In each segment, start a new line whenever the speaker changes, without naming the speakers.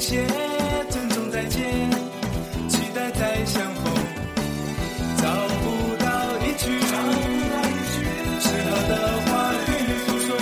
谢，珍重再见，期待再相逢。找不到一句适合的话语说，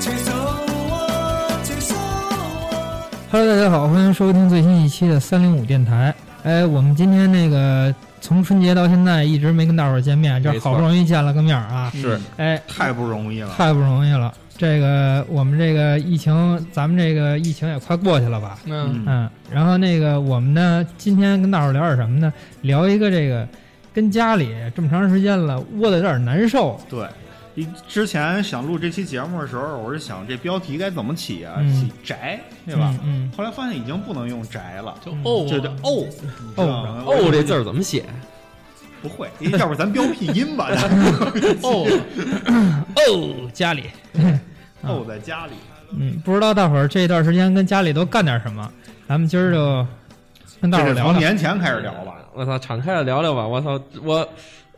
接受我，接受我。
Hello，大家好，欢迎收听最新一期的三零五电台。哎，我们今天那个从春节到现在一直没跟大伙儿见面，这
没错
好不容易见了个面儿啊！
是
哎，
太不容易了。
太不容易了。这个我们这个疫情，咱们这个疫情也快过去了吧？
嗯，
嗯，然后那个我们呢，今天跟大伙儿聊点什么呢？聊一个这个跟家里这么长时间了，窝的有点难受。
对，一之前想录这期节目的时候，我是想这标题该怎么起啊？
嗯
起宅，对吧？
嗯
后来发现已经不能用宅了，
就哦
这这哦
哦
哦这字儿怎么写？
不会，要不咱标屁音 吧？
哦
哦，家里，
哦，在家里，
嗯，不知道大伙儿这段时间跟家里都干点什么？咱们今儿就跟大伙
这
儿
是
聊
从
聊。
年前开始聊
嗯
吧。
我操，敞开了聊聊吧。我操，我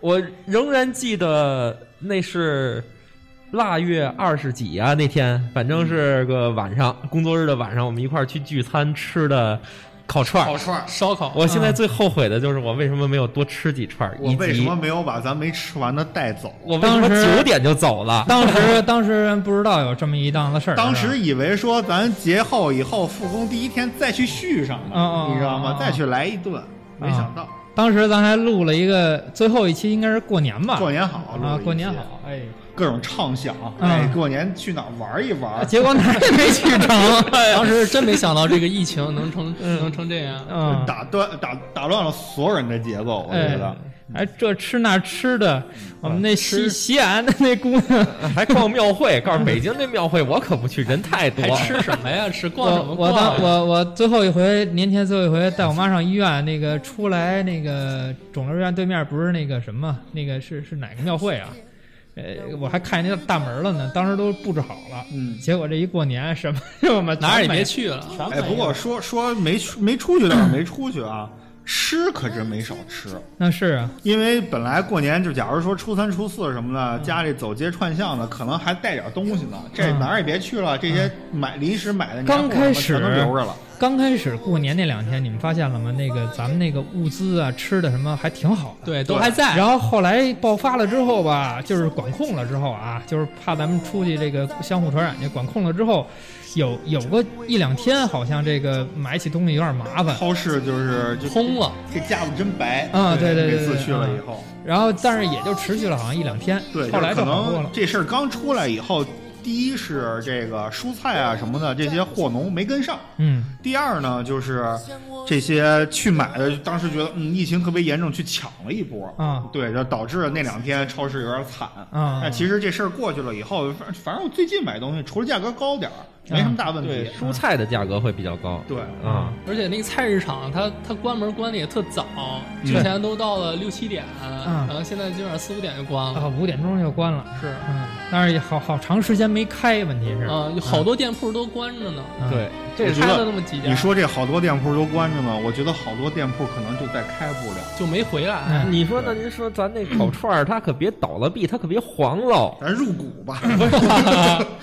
我仍然记得那是腊月二十几啊，那天反正是个晚上，工作日的晚上，我们一块儿去聚餐吃的烤串儿。
串、烧烤，
我现在最后悔的就是我为什么没有多吃几串儿，
我
以
为什
及
么没有把咱没吃完的带走？
我为什么
当时
九点就走 了。
当时当时人不知道有这么一档子事儿，
当
是吧
时以为说咱节后以后复工第一天再去续上
哦哦
呢，你知道
哦
吗
哦？
再去来一顿，没想到
当时咱还录了一个最后一期，应该是过年吧？
过年好录
啊
了，一
过年
期
好，哎，
各种畅想，
嗯
哎，过年去哪儿玩一玩？
结果哪儿也没去 成。
当时真没想到这个疫情能成能成这样。
嗯，
打断打打乱了所有人的嗯节奏，我觉得。
哎，这吃那吃的，我们那西西安的那姑娘，
还逛庙会，告诉北京这庙会我可不去，人太多
还
了。
吃什么呀？吃逛什
我
么
我
逛啊？
当我我最后一回年前最后一回带我妈上医院，那个出来那个肿瘤院对面不是那个什么，那个是是哪个庙会啊？呃，我还看见那大门了呢，当时都布置好了，
嗯
结果这一过年什么 我们
哪儿也
全没
别，去了。
全
哎，
没
不过
了
说说没出没出去 倒是没出去啊，吃可真没少吃。
那是啊，
因为本来过年就，假如说初三、初四什么的，家里走街串巷的，可能还带点东西呢。这
嗯
哪儿也别去了，这些买临时买的年货
刚开始
什么全都留着了。
刚开始过年那两天，你们发现了吗？那个咱们那个物资啊，吃的什么还挺好的。
对，
对
都还在。
然后后来爆发了之后吧，就是管控了之后啊，就是怕咱们出去这个相互传染，这管控了之后，有有个一两天，好像这个买起东西有点麻 烦。
超市就是就
空了，
这架子真白
啊对对对
每
对
次
对
去了
嗯
以后，
然后，但是也就持续了好像一两天，
对，
后来
可
就好多了
能。这事儿刚出来以后，第一是这个蔬菜啊什么的这些货农没跟上，
嗯，
第二呢就是这些去买的，当时觉得嗯疫情特别严重，去抢了一波
啊
对，就导致那两天超市有点惨
啊
但其实这事儿过去了以后，反反正我最近买东西除了价格高点儿，没什么大问
啊
对
题，。
蔬菜的价格会比较高。
对
嗯
啊，
而且那个菜市场它它关门关的也特早，之前都到了六七点，然后现在基本上四五点就关了。
啊，五点钟就关了。
是，
嗯，但是也好好长时间没开，问题是，
嗯，有好多店铺都关着呢，
嗯，
对，
我
这
觉
开了
得
那么几家，
你说这好多店铺都关着呢，我觉得好多店铺可能就再开不了。
就没回来。
嗯
你说那您说咱那烤串儿，它可别倒了闭，它可别黄喽。
咱入股 吧，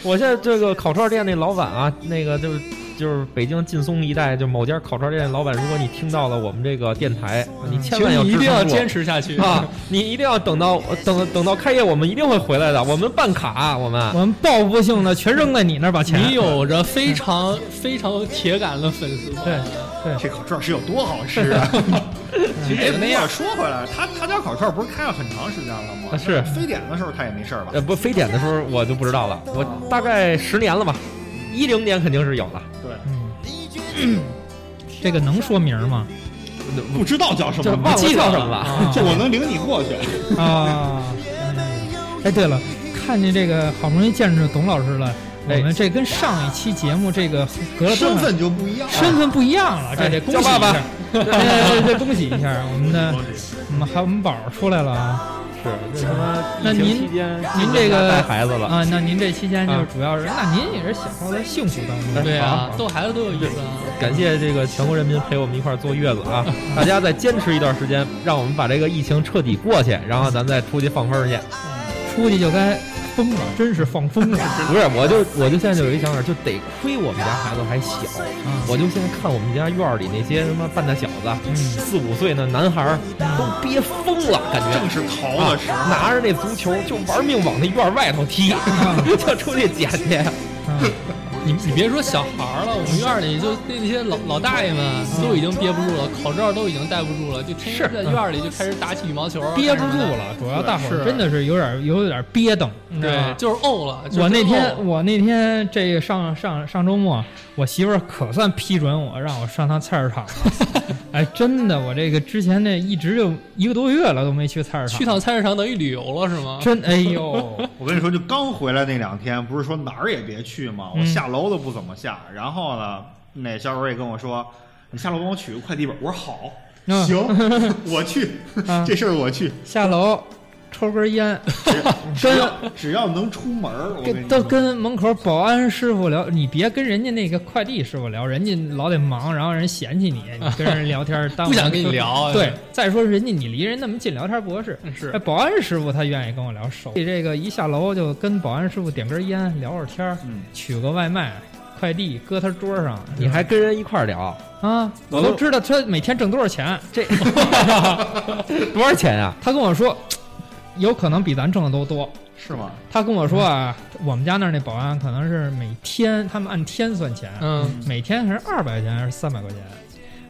我现在这个烤串店那老板啊，那个就是就是北京劲松一带就某家烤串店的老板，如果你听到了我们这个电台，你千
嗯请
万要
你一定要
支撑
坚持下去
我啊！你一定要等到等等到开业，我们一定会回来的。我们办卡，啊我们
我们报复性的全扔在你那儿把钱。嗯
你有着非常非常铁杆的粉丝，
对对，
这烤串是有多好吃啊！
其 实
哎
也，那
不
样
过。说回来，他他家烤串不是开了很长时间了吗？
啊是
非典的时候他也没事儿吧？
呃不非典的时候我就不知道了，我大概十年了吧，一零年肯定是有了。
对，
嗯，这个能说名吗？
不知道叫什
就
么
是忘了
名字，
叫什么了。
啊
就我能领你过去。
啊，哎，对了，看见这个好不容易见着董老师了，我
哎
们这跟上一期节目这个隔了多
身
少
份就不一样了。
身份不一样了，这得恭喜一
叫爸
下
爸，
哎这恭喜一下我们 的，我们还有我们宝儿出来了啊
是，那什么？
那
疫情
您
期间
您
基本
这个
上带孩子了，
啊！那您这期间就
啊
主要是，那您也是享受在幸福当中，
对
好
啊
好，
逗孩子多有意思啊！
感谢这个全国人民陪我们一块儿坐月子啊！大家再坚持一段时间，让我们把这个疫情彻底过去，然后咱再出去放风去。
出去就该疯了，真是放疯了。
不是，我就我就现在就有一想法，就得亏我们家孩子还小，
啊
我就现在看我们家院儿里那些什么半大小子，
嗯
四五岁那男孩儿都憋疯了，感觉
正是淘
啊
的时候。，
拿着那足球就玩命往那院儿外头踢，
啊
就出去捡去。
嗯
你你别说小孩儿了，我们院儿里就那那些老老大爷们
嗯
都已经憋不住了，口罩都已经戴不住了，就天天在院儿里就开始打起羽毛球，
憋不住
开始
了，主要大伙
是
儿真的是有点有点憋等，你知道
对，
吧？
就是怄了。就
嗯
是
我那天
怄了
我那天这个上上上周末，我媳妇儿可算批准我，让我上趟菜市场 了。哎，真的，我这个之前那一直就一个多月了都没去菜市场，
去趟菜市场等于旅游了是吗？
真哎呦，
我跟你说，就刚回来那两天，不是说哪儿也别去吗？我
嗯
下楼都不怎么下。然后呢，那小伙也跟我说：“你下楼帮我取个快递吧。”我说：“好，
嗯
行， 我去
啊，
这事儿我去。
下楼抽根烟，
只要只要能出门儿，我跟
跟
你
都
说
跟门口保安师傅聊，你别跟人家那个快递师傅聊，人家老得忙，然后人嫌弃你，你跟人聊天 耽误
不想跟你聊
对，再说人家你离人那么近，聊天不合适。
是
哎保安师傅他愿意跟我聊熟，所以这个一下楼就跟保安师傅点根烟，聊会儿天儿，
嗯
取个外卖。快递搁他桌上，
你还跟人一块儿聊，
啊？我都知道他每天挣多少钱。
这多少钱啊？
他跟我说，有可能比咱挣的都多。
是吗？
他跟我说啊，
嗯
我们家那儿那保安可能是每天他们按天算钱，
嗯，
每天还是二百块钱还是三百块钱。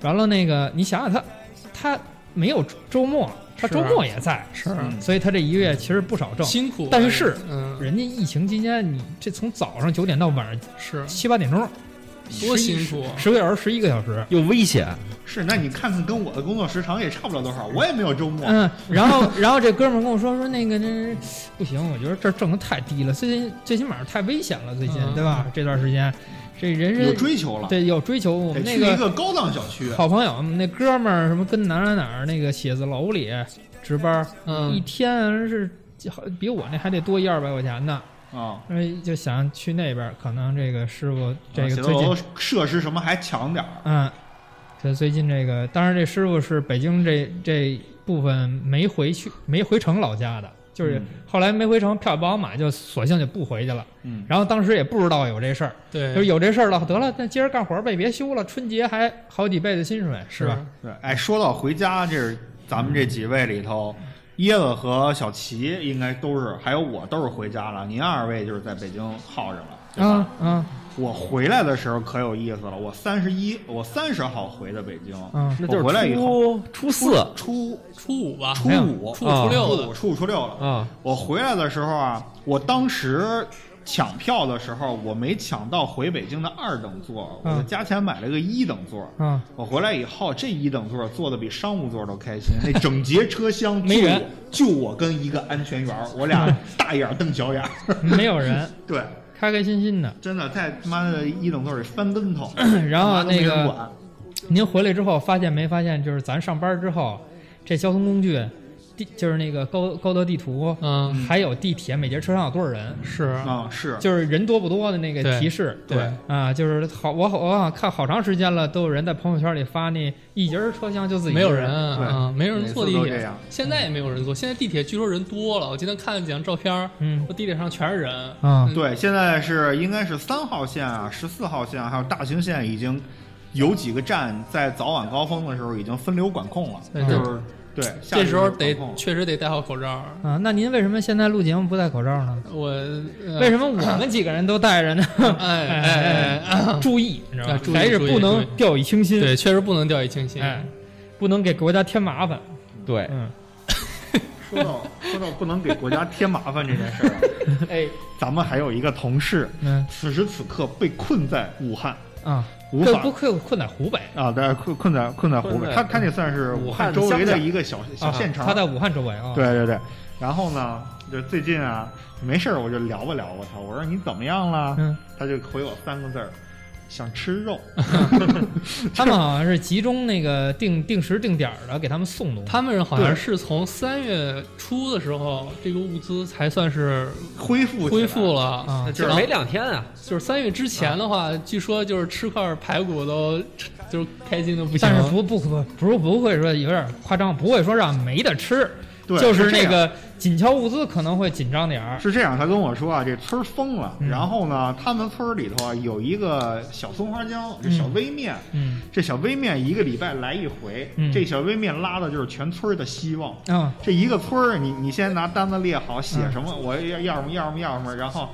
完了那个，你想想他，他没有周末，他
是啊
周末也在，
是啊
嗯
所以他这一个月其实不少挣。
辛苦，
但是
嗯
人家疫情期间，你这从早上九点到晚上
是
七八点钟，
多辛苦，
啊
啊
十个小时、十一个小时。
又危险，
是，那你看看跟我的工作时长也差不了多少，我也没有周末。
嗯，然后然后这哥们儿跟我说说那个那不行，我觉得这儿挣的太低了，最近最起码太危险了，最近、
嗯
对吧？这段时间，这人
有
是
追求了，
对有追求，我
得
们
去
那
一
个
个高档小区。
好朋友，我们那哥们儿什么跟哪儿哪儿哪儿那个写字楼里值班，一
嗯，
天是好比我那还得多一二百块钱呢，
啊，
所以就想去那边儿，可能这个师傅这个
啊写字
最近
楼设施什么还强点儿，
嗯，这最近这个，当然这师傅是北京这这部分没回去，没回城老家的，就是
嗯
后来没回城，票也不好买，就索性就不回去了。
嗯
然后当时也不知道有这事儿，就是
对，
有这事儿了，得了，那接着干活呗，别休了，春节还好几倍的薪水，是吧？？
对，哎，说到回家，这是咱们这几位里头，椰子和小齐应该都是，还有我都是回家了。您二位就是在北京耗着了，对吧？
啊啊
我回来的时候可有意思了，我三十一，我三十号回的北京，
啊！
那就是
我回来以后
初初四
初
初五吧，
初五、
初
初
五
啊
初六
五、
的，
哎初五、初六了。
啊，
我回来的时候啊，我当时抢票的时候，我没抢到回北京的二等座，我
嗯
就加钱买了个一等座。
啊，
我回来以后，这一等座坐的比商务座都开心，那整节车厢
没人
就我，就我跟一个安全员儿，我俩大眼瞪小眼儿，
没有人，
对，
开开心心的。
真的在他妈的一等座里翻跟头，
然后
他妈都没人
那个
管
您回来之后发现没发现，就是咱上班之后，这交通工具，地就是那个高高德地图，
嗯，
还有地铁每节车上有多少人，
是，
啊、是
就是人多不多的那
对
个提示。
对，
啊，就是好，我好我好像看好长时间了，都有人在朋友圈里发那一节车厢就自己
没
一
有
个
人
人，
对
啊，没有人
每次
坐地
都这
铁
样，
现在也没有人坐。现在地铁据说人多了，我今天看了几张照片儿，
嗯
我地铁上全是人。嗯
啊，
对，现在是应该是三号线啊、十四号线啊还有大兴线已经有几个站在早晚高峰的时候已经分流管控了，
对
就是对，下
这时
一
候
轮
得
管控
确实得戴好口罩儿。
啊，那您为什么现在录节目不戴口罩呢？
我
为
为
什么我们几个人都戴着呢？
呃 哎哎哎，
注意，你知道
哎
吧
注？意
还是
注意
不
注
能
意
掉以轻心，
对，确实不能掉以轻心。
哎，不能给国家添麻烦。
对，
嗯，
说到说到不能给国家添麻烦这件事儿啊，
哎，
咱们还有一个同事。
嗯
此时此刻被困在武汉，
啊，
无
这
法
不困困在湖北
啊，但是困困在困在湖
困
北，
在
他他那算是
武
武
汉
汉周围
乡下
的一个小小县城。
啊他在武汉周围啊。
对对对，然后呢，就最近啊，没事儿我就聊吧聊吧他，我说你怎么样了？
嗯，
他就回我三个字儿，想吃肉。
他们好像是集中那个定定时定点的给他们送东西。
他们人好像是从三月初的时候，这个物资才算是
恢复起来
恢复，了
啊
然后
就是没两天啊，
就是三月之前的话，据说就是吃块排骨都就是开心的不行。
但是不不不不不会说有点夸张，不会说让没得吃，
对，
就是
这
那
样
个紧俏物资可能会紧张点儿。
是这样，他跟我说啊，这村儿封了，
嗯
然后呢，他们村儿里头啊有一个小松花江，这
嗯
小微面，
嗯
这小微面一个礼拜来一回，
嗯
这小微面拉的就是全村儿的希望。
嗯
这一个村儿，你你先拿单子列好，写什么，我要要什么，要什么，要什么，然后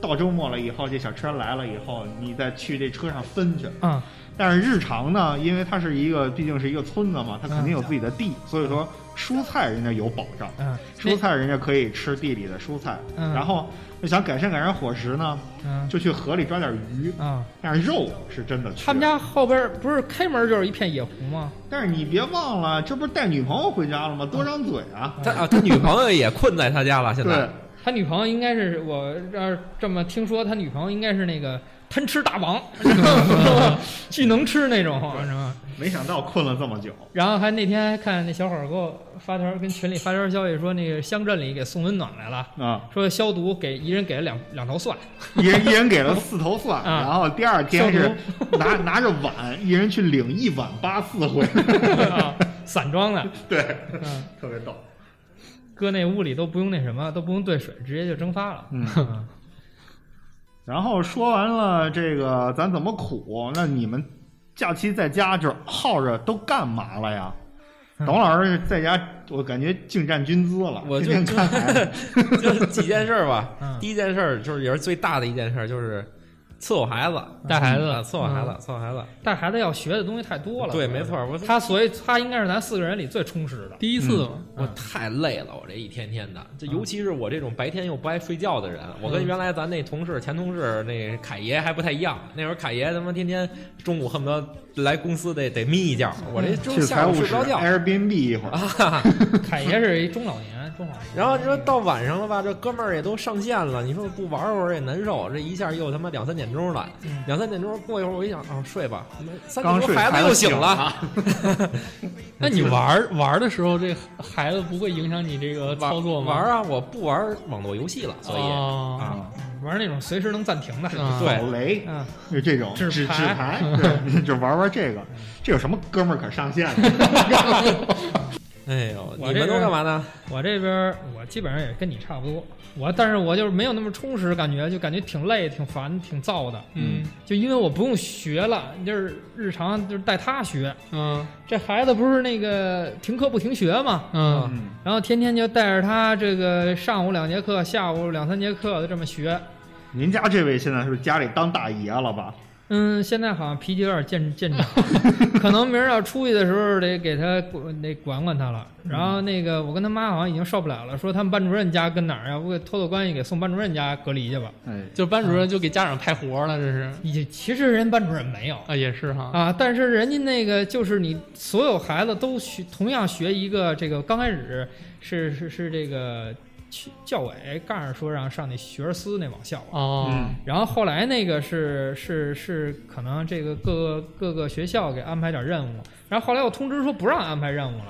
到周末了以后，这小车来了以后，你再去这车上分去。
嗯
但是日常呢，因为它是一个，毕竟是一个村子嘛，它肯定有自己的地，所以说蔬菜人家有保障。
嗯，
蔬菜人家可以吃地里的蔬菜，
嗯
然后就想改善改善伙食呢，
嗯
就去河里抓点鱼。
啊，
但是肉是真的缺。
他们，家后边儿不是开门就是一片野湖吗？
但是你别忘了，这不是带女朋友回家了吗？多张嘴啊！
他啊，他女朋友也困在他家了，
嗯
现在
对，
他女朋友应该是我这儿这么听说，他女朋友应该是那个贪吃大王， 巨能吃那种，是吧？
没想到困了这么久。
然后还那天还看那小伙儿给我发条跟群里发条消息说，那个乡镇里给送温暖来了，
啊、
说消毒给一人给了两两头蒜，
一人一人给了四 头蒜，
啊
然后第二天是拿拿着碗，一人去领一碗八 四回来，
啊散装的，
对，
嗯，
特别 逗。
搁那屋里都不用那什么，都不用兑水，直接就蒸发了。
嗯
嗯
然后说完了这个，咱怎么苦？那你们假期在家就是耗着都干嘛了呀？
嗯
董老师在家，我感觉净占军资了，
我就
天天看孩子
就是几件事儿吧
嗯。
第一件事儿就是也是最大的一件事儿，就是伺候孩子，
带孩子
啊伺候孩子，伺候孩子。
但孩子要学的东西太多了，
对，没错，我
他所以他应该是咱四个人里最充实的。
第一次嘛，
我太累了，我这一天天的，这尤其是我这种白天又不爱睡觉的人，我
嗯
跟原来咱那同事前同事那凯爷还不太一样。那会儿凯爷他妈天天中午恨不得来公司得得眯一觉，我这周
去财
下午
务
睡
室
不着觉
Airbnb 一会儿，
啊。
凯爷是一中老年，中老年。
然后你说到晚上了吧，这哥们儿也都上线了，你说不玩会儿也难受，这一下又他妈两三点钟了，
嗯
两三点钟过一会儿我一想啊睡吧，他妈三
刚
点
睡
钟孩
孩
子
子
又醒
醒
了，
那你玩儿玩儿的时候，这孩子不会影响你这个操作吗？
玩啊，我不玩网络游戏了，所以、
啊，
啊，
玩那种随时能暂停的。
啊
对
走雷，
嗯，
就呃这种
纸
纸
牌 嗯
牌，对，就玩玩这个。这有什么哥们儿可上线的？
哎呦，
我
你
这
们都
人
干嘛呢？
我这边儿我基本上也跟你差不多，我但是我就是没有那么充实，感觉就感觉挺累、挺烦、挺燥的。
嗯
就因为我不用学了，就是日常就是带他学。
嗯
这孩子不是那个停课不停学嘛，
嗯，
嗯，
然后天天就带着他这个上午两节课，下午两三节课的这么学。
您家这位现在是不是家里当大爷了吧？
嗯，现在好像脾气有点见见长， 可能明儿要出去的时候得给他得管管他了。然后那个我跟他妈好像已经受不了了，说他们班主任家跟哪儿，要不给托托关系给送班主任家隔离去吧。
哎，
就班主任就给家长派活儿了，这是
也其实人班主任没有
啊，也是哈，
啊，但是人家那个就是你所有孩子都学同样学一个这个，刚开始是是是这个去教委告诉说让上那学而思那网校啊。
哦，
嗯，
然后后来那个是是是，可能这个各个各个学校给安排点任务，然后后来又通知说不让安排任务了，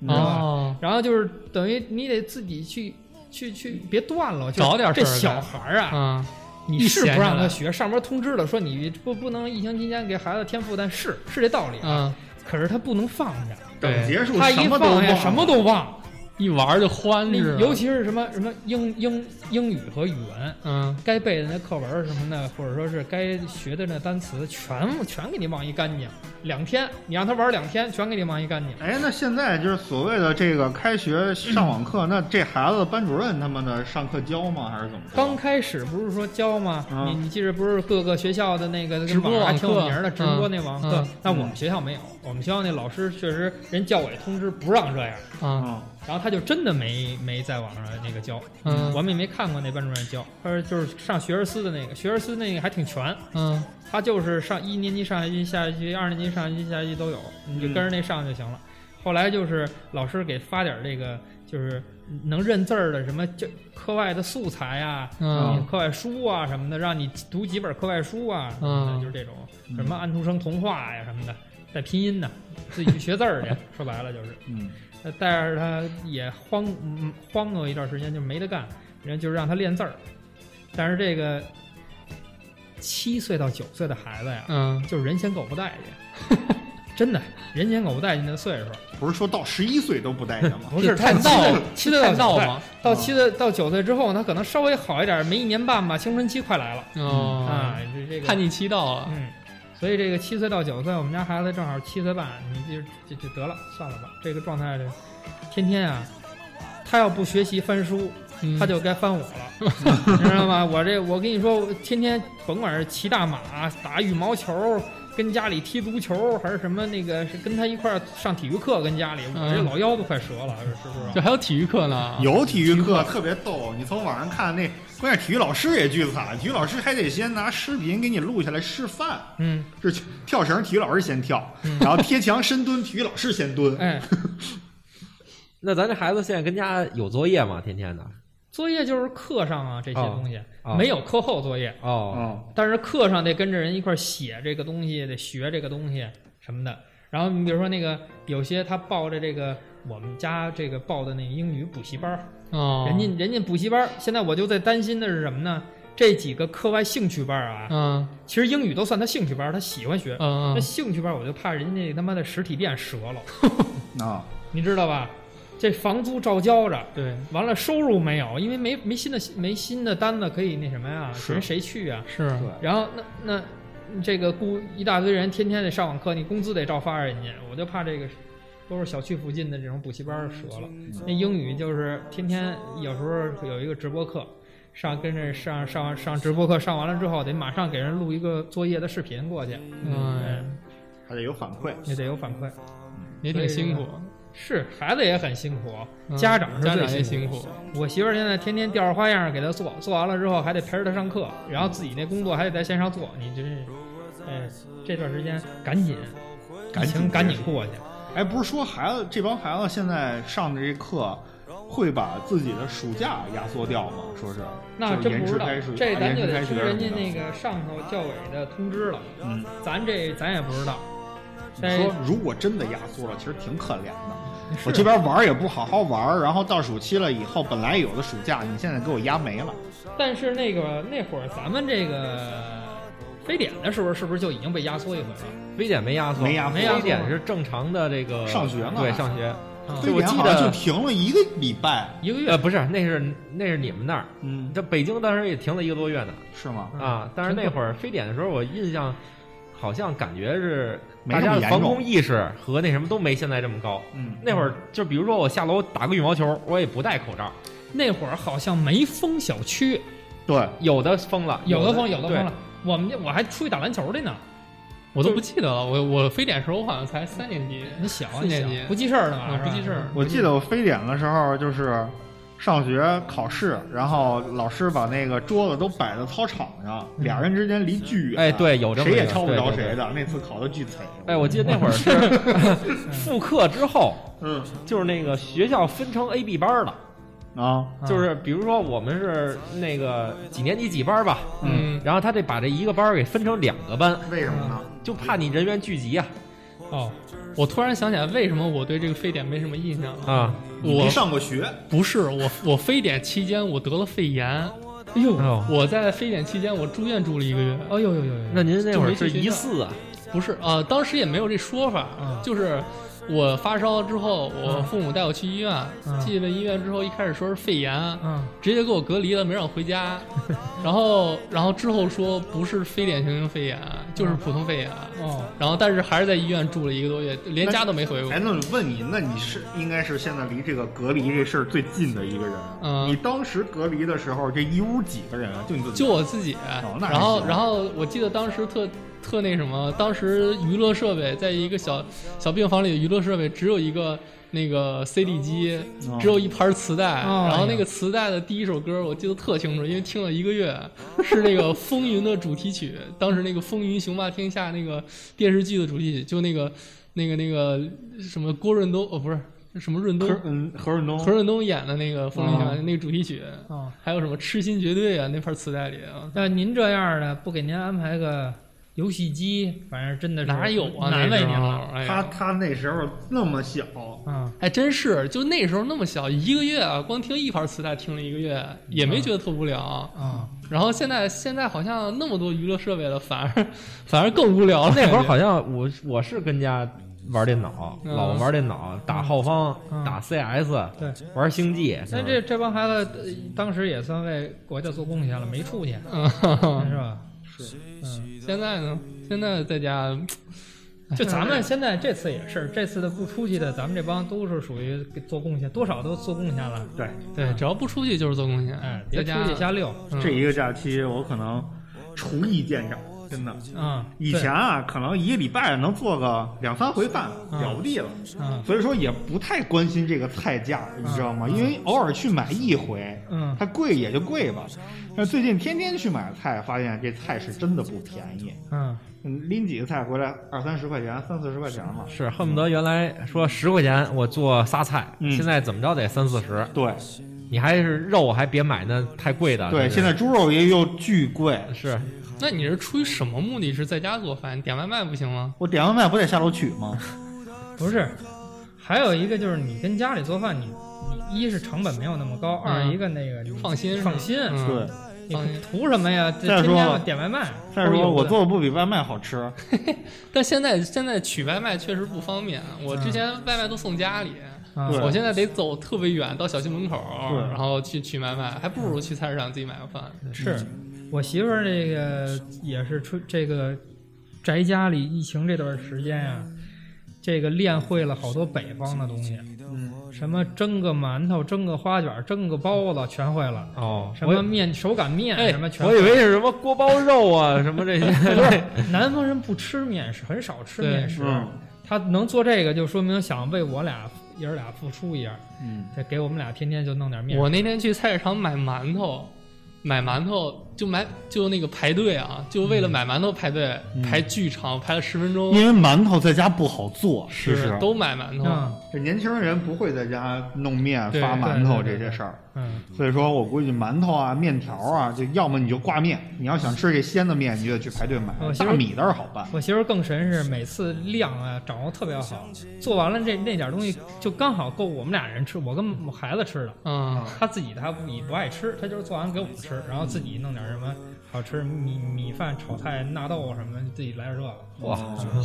你知道吧
哦，
然后就是等于你得自己去去去，别断了，就
找点事
这
儿干
小孩儿啊，
嗯，
你
一
是
闲
不
下
让他
来
学，上面通知了说你不不能疫情期间给孩子添负担，是是这道理啊，
嗯，
可是他不能放下，
等
对
结束
他
什
一
么都忘
放下
了，
什么都忘，
一玩儿就欢
那
着，
尤其是什么什么英英英语和语文，
嗯，
该背的那课文什么的，或者说是该学的那单词，全全给你忘一干净。两天，你让他玩两天，全给你忘一干净。
哎，那现在就是所谓的这个开学上网
嗯
课，那这孩子班主任他们的上课教吗？还是怎么着？
刚开始不是说教吗？
嗯
你你记着，不是各个学校的那个
啊直播
网上还挺
网
有
课
名的直播那网课
嗯嗯，
但我们学校没有。我们学校那老师确实人教委通知不让这样，
啊，
嗯，
然后他就真的没没在网上那个教，
嗯
我们也没看过那班主任教，他说就是上学而思的那个，学而思那个还挺全，
嗯，
他就是上一年级上学期、下学期、二年级上学期、下学期都有，你就跟着那上就行了。后来就是老师给发点这个，就是能认字儿的什么教课外的素材啊，
嗯
你课外书啊什么的，让你读几本课外书啊什么的，
嗯
就是这种什么安徒生童话呀什么的，带拼音的，自己去学字儿 去。说白了就是，
嗯，
呃带着他也慌嗯慌过一段时间，就没得干，人家就是让他练字儿。但是这个七岁到九岁的孩子呀，
嗯，
就是人先狗不待见， 真的人嫌狗不待见的岁数，
不是说到十一岁都不待见吗？
不是
太
到
闹了
七岁到
太闹
九岁
了，
到七岁到九岁之后，他可能稍微好一点，没一年半吧，青春期快来了
哦
啊，，这这个
叛逆期到了，
嗯，所以这个七岁到九岁，我们家孩子正好七岁半，你就就就得了，算了吧，这个状态就天天啊，他要不学习翻书，
嗯
他就该翻我 了，你知道吗？我这我跟你说，我天天甭管是骑大马、打羽毛球，跟家里踢足球，还是什么那个，是跟他一块儿上体育课，跟家里，我这
嗯
老腰都快折了，是不是
就？还有体育课呢，
有体育
啊
课特别逗，你从网上看那，关键体育老师也巨惨，体育老师还得先拿视频给你录下来示范，
嗯，
就是跳绳，体育老师先跳，然后贴墙深蹲，体育老师先蹲。
哎，
那咱这孩子现在跟家有作业吗？天天的？
作业就是课上啊这些东西，
哦
没有课后作业。
哦，
哦，
但是课上得跟着人一块儿写这个东西，得学这个东西什么的。然后你比如说那个有些他报的这个我们家这个报的那英语补习班儿，
哦，
人家人家补习班儿，现在我就在担心的是什么呢？这几个课外兴趣班儿啊，
嗯
其实英语都算他兴趣班儿，他喜欢学。
嗯
那
嗯，
兴趣班儿我就怕人家他妈的实体店折了，
啊，
你知道吧？这房租照交着，
对，
完了收入没有，因为没没新的没新的单子可以那什么呀？
是
人谁去啊呀？
是，
然后那那嗯这个雇一大堆人，天天得上网课，你工资得照发人家。我就怕这个都是小区附近的这种补习班儿折了。那英语就是天天有时候有一个直播课，上跟着上上上直播课，上完了之后得马上给人录一个作业的视频过去，
嗯，
还得有反馈。
也得有反馈。
也挺辛苦，
是孩子也很辛苦，
嗯
家长是
家
最
长也
辛苦
辛
的。
苦，
我媳妇儿现在天天吊着花样儿给他做，做完了之后还得陪着他上课，然后自己那工作还得在线上做。你这，哎，这段时间赶紧，
赶紧
疫情赶紧过去。
哎，不是说孩子这帮孩子现在上的这课，会把自己的暑假压缩掉吗？说是，
那
就是
真
延
不知
迟
道
开始，，
这
啊
咱就
延迟
得
开学
听人家
什么的
那个上头教委的通知了。
嗯，
咱这咱也不知道。哎但
你说如果真的压缩了，其实挺可怜 的。
是
我这边玩儿也不好好玩儿，然后到暑期了以后，本来有的暑假，你现在给我压没了。
但是那个那会儿咱们这个非典的时候，是不是就已经被压缩一回了？
非典没压缩，
没压缩
非典是正常的这个
上学嘛
对，上学。
啊
对，我
非典
记
好像就
得
停了一个礼拜，
一个月
呃，不是，那是那是你们那儿，
嗯，
这北京当时也停了一个多月呢
是吗？
啊。但是那会儿非典的时候，我印象好像感觉是
没
大
那么
家的
严
防
重
控意识和那什么都没现在这么高。
嗯，
那会儿就比如说我下楼打个羽毛球，我也不戴口罩，
那会儿好像没封小区，
对，
有的封了，
有
的
的封，有的
对
封了。我们我还出去打篮球去呢。
我都不记得了，我我非典时候我好像才三年级，
你小啊
四
你
年
小
级
不记事儿的嘛，
啊不记
是吧
事儿
我记得我非典的时候就是上学考试，然后老师把那个桌子都摆在操场上，俩人之间离巨
嗯
远，
哎，，对，有这么
谁也
一个
挑不着。
对对
谁
对
的。那次考的巨惨。
哎，我记得那会儿是 复课之后，
嗯
就是那个学校分成 A、B 班了，
啊，
就是比如说我们是那个几年级几班吧，
嗯，
然后他得把这一个班儿给分成两个班，
为什么呢？
就怕你人员聚集啊
哦，我突然想起来，为什么我对这个非典没什么印象了？
啊！
你没
我
上过学，
不是我，我非典期间我得了肺炎，
哎呦，
哎呦，
我在非典期间我住院住了一个月。
哎呦呦呦呦呦，
那您那会儿是疑似啊？
不是啊、呃当时也没有这说法，
嗯
就是我发烧之后，我
嗯
父母带我去医院，
嗯
进了医院之后，一开始说是肺炎，
嗯，
直接给我隔离了，没让我 回家。然后，然后之后说不是非典型肺炎，就是普通肺炎。
嗯哦，
然后，但是还是在医院住了一个多月，连家都没回过
哎，。那我问你，那你是应该是现在离这个隔离这事儿最近的一个人。
嗯
你当时隔离的时候，这一屋几个人啊？就你自己？
就我自己，
那还
然后
行
然后我记得当时特特那什么，当时娱乐设备在一个小小病房里的娱乐设备只有一个那个 CD 机，
哦
只有一盘磁带，
哦
然后
哎
那
呀
个磁带的第一首歌我记得特清楚，因为听了一个月，是那个《风云》的主题曲，当时那个《风云雄霸天下》那个电视剧的主题曲，就那个那个那个什么郭润东哦不是什么润东。
何嗯何润东
何润东演的那个《风云雄霸》
哦
那个主题曲，
哦，
还有什么《痴心绝对》啊，那盘磁带里啊，
那您这样的不给您安排个游戏机，反正真的是
哪有啊？
难
那
为
时
您
候
了。
哎
他
呀，
他那时候那么小，
啊！
还真是，就那时候那么小，一个月啊，光听一盘磁带听了一个月，也没觉得特无聊。
啊，
然后现在现在好像那么多娱乐设备了，反而反而更无聊了。
哦 那会儿好像我我是跟家玩电脑，
嗯
老玩电脑，打浩方
嗯，
打 CS，
对，
玩星际。嗯
那这这帮孩子呃当时也算为国家做贡献了，没出去，
嗯，
是吧？嗯，
现在呢？现在在家，哎
就咱
嗯
们现在这次也是，这次的不出去的，咱们这帮都是属于给做贡献，多少都做贡献了。
对，
对，只要不出去就是做贡献，
哎，
在
别出
家
去瞎溜，
嗯
这一个假期我可能厨艺见长，真的。
嗯，
以
对
前啊，可能一个礼拜能做个两三回饭，
嗯
了不地了。
嗯
所以说也不太关心这个菜价，你知道吗？因为偶尔去买一回，
嗯
它贵也就贵吧。但最近天天去买菜，发现这菜是真的不便宜，
嗯
嗯拎几个菜回来二三十块钱，三四十块钱嘛。
是恨不得原来说十块钱我做仨菜，
嗯
现在怎么着得三四十，
对
你还是肉还别买那太贵的。
对，
真是
现在猪肉也又巨贵，
是
那你是出于什么目的？是在家做饭？点外卖不行吗？
我点外卖不得下楼取吗？
不是，还有一个就是你跟家里做饭，你你一是成本没有那么高，二
嗯
一个那个你
放心是吧，
放心，
嗯
对，
你
放心
图什么呀？这
再
天
说
天点外卖，
再
都是有 的
说我做的不比外卖好吃，
但现在现在取外卖确实不方便，我
嗯
之前外卖都送家里，
啊
对
嗯
我现在得走特别远到小区门口，
对
然后去取外卖，还不如去菜市场自己买个饭。
是我媳妇儿那个也是出这个宅家里疫情这段时间呀、这个练会了好多北方的东西，
嗯，
什么蒸个馒头、蒸个花卷、蒸个包子全会了，
哦，
什
我
么面手擀面、
哎
什么全
我
会
以
了。
为是什么锅包肉啊，什么这 些。
南方人不吃面食，很少吃
对
面食，
嗯
他能做这个，就说明想为我俩爷儿俩付出一样，
嗯，
再给我们俩天天就弄点面。
我那天去菜市场买馒头，买馒头就买就那个排队啊，就
嗯
为了买馒头排队、排巨长，排了十分钟，
因为馒头在家不好做，其
啊
实
都买馒头。
嗯
这年轻人不会在家弄面
对
发馒头
对对对
这些事儿。
嗯，
所以说我估计馒头啊、面条啊，就要么你就挂面，你要想吃这鲜的面，你就得去排队买
哦。其实
大米倒是好办，
我媳妇儿更神是每次量啊掌握特别好，做完了这那点东西就刚好够我们俩人吃，我跟我孩子吃的，
嗯，
她自己她不也不爱吃，她就是做完给我们吃，然后自己弄点什么好吃米米饭、炒菜、纳豆什么，自己来点这个。
哇，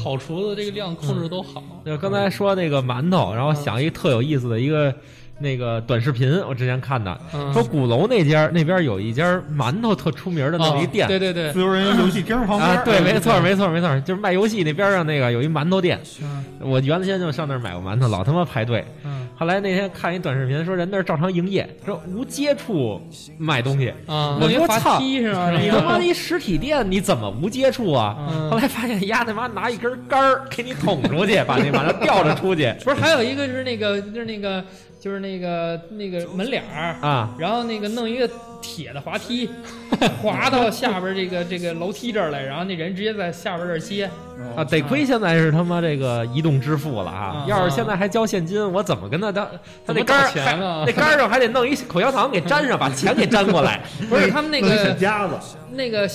好厨子这个量控制都好。
就刚才说那个馒头，然后想一特有意思的一个那个短视频，我之前看的，
嗯，
说鼓楼那家那边有一家馒头特出名的那么一
哦
店，
对对对
自，由人游戏厅旁边
啊，
儿
对，没错，没错，没错，就是卖游戏那边上那个有一馒头店，
嗯
我原先就上那儿买过馒头，老他妈排队。
嗯
后来那天看一短视频，说人那儿照常营业，说无接触卖东西。
啊，
我
弄一
说
滑
操
梯是吧？
你
那
他妈
个
的一实体店，你怎么无接触啊？
嗯
后来发现丫他妈拿一根杆儿给你捅出去，把那馒头吊着出去
不是还有一个就是那个就是那个就是那个那个门脸儿，
啊！
然后那个弄一个铁的滑梯，滑到下边这个这个楼梯这儿来，然后那人直接在下边这儿歇。
啊，得亏现在是他妈这个移动支付了啊
啊！
要是现在还交现金，我怎么跟他当？他那杆儿
怎么找
还
钱啊
那杆儿上还得弄一口香糖给粘上，把钱给粘过来。
不是他们那
弄一小
个
夹子，
那个